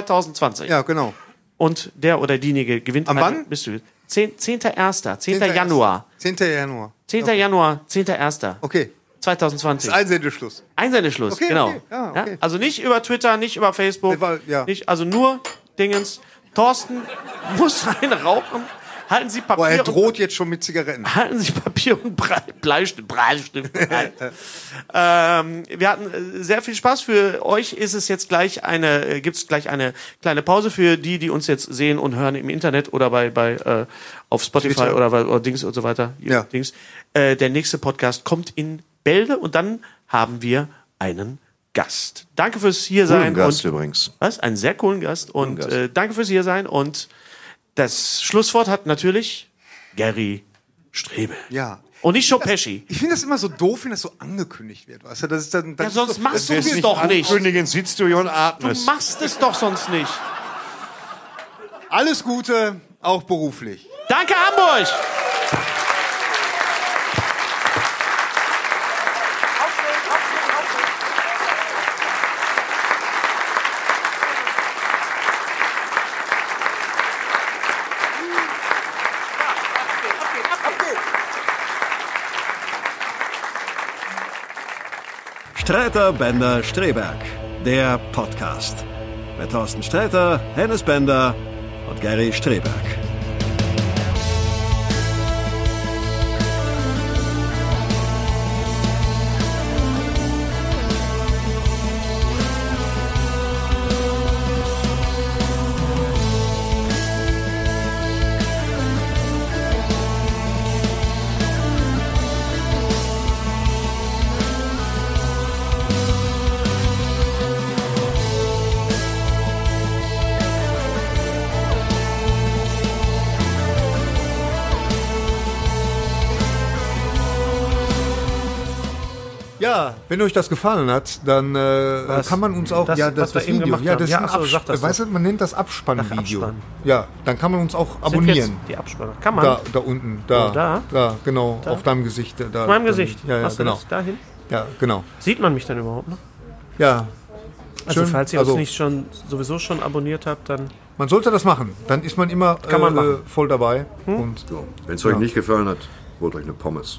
2020.
ja, genau.
und der oder diejenige gewinnt. halt
Am
eine-
wann?
Bist du? 10. 10.1. 10. Januar.
10. Januar.
10. Januar, 10.1.
Okay.
2020.
Einsendeschluss.
Einsendeschluss,
Okay,
genau.
okay, ja, okay.
Also nicht über Twitter, nicht über Facebook,
Nee, weil- ja.
nicht, also nur Dingens. Thorsten muss rein rauchen. Halten Sie Papier
Boah, er
und-
droht jetzt schon mit Zigaretten.
halten sich Papier und Brei- Bleistift. Bleistift bereit. ähm, wir hatten äh, sehr viel Spaß. Für euch ist es jetzt gleich eine, äh, gibt's gleich eine kleine Pause für die, die uns jetzt sehen und hören im Internet oder bei, bei äh, auf Spotify
Twitter.
oder, bei- oder Dings und so weiter.
Ja.
Dings. Äh, der nächste Podcast kommt in Bälde und dann haben wir einen Gast. Danke fürs hier sein
Gast
und
übrigens.
was? Einen sehr coolen Gast und
Gast.
Äh, danke fürs hier sein und das Schlusswort hat natürlich Gary Strebe.
Ja.
Und nicht Schopeschi.
Ich finde das immer so doof, wenn das so angekündigt wird. Weißt du, das ist dann, dann
Ja, sonst
so,
machst du
das ist
es doch nicht.
Königin sitzt du hier und
Du
atmest.
machst es doch sonst nicht.
Alles Gute, auch beruflich.
Danke, Hamburg!
Streiter, Bender, Streberg. Der Podcast. Mit Thorsten Streiter, Hennes Bender und Gary Streberg.
Ja, wenn euch das gefallen hat, dann äh, kann man uns auch
Das,
ja das,
was wir
das
eben
Video,
gemacht
ja
haben.
das
Ja,
ist ein
ach so,
Abs-
sag das
weißt du, man nennt das Abspannvideo.
Abspann.
Ja, dann kann man uns auch
Sind jetzt
abonnieren.
Die Abspanner. Kann man.
Da, da unten, da,
Oh, da?
da, genau, auf deinem Gesicht, da,
Auf meinem Gesicht.
ja, ja,
Hast du
genau,
das dahin?
ja, genau,
Sieht man mich dann überhaupt noch?
ja.
Also
Schön.
falls ihr
Also-
uns nicht schon sowieso schon abonniert habt, dann
Man sollte das machen, dann ist man immer
Kann man
äh,
machen. Hm?
äh, voll dabei und
Wenn es euch nicht gefallen hat, holt euch eine Pommes.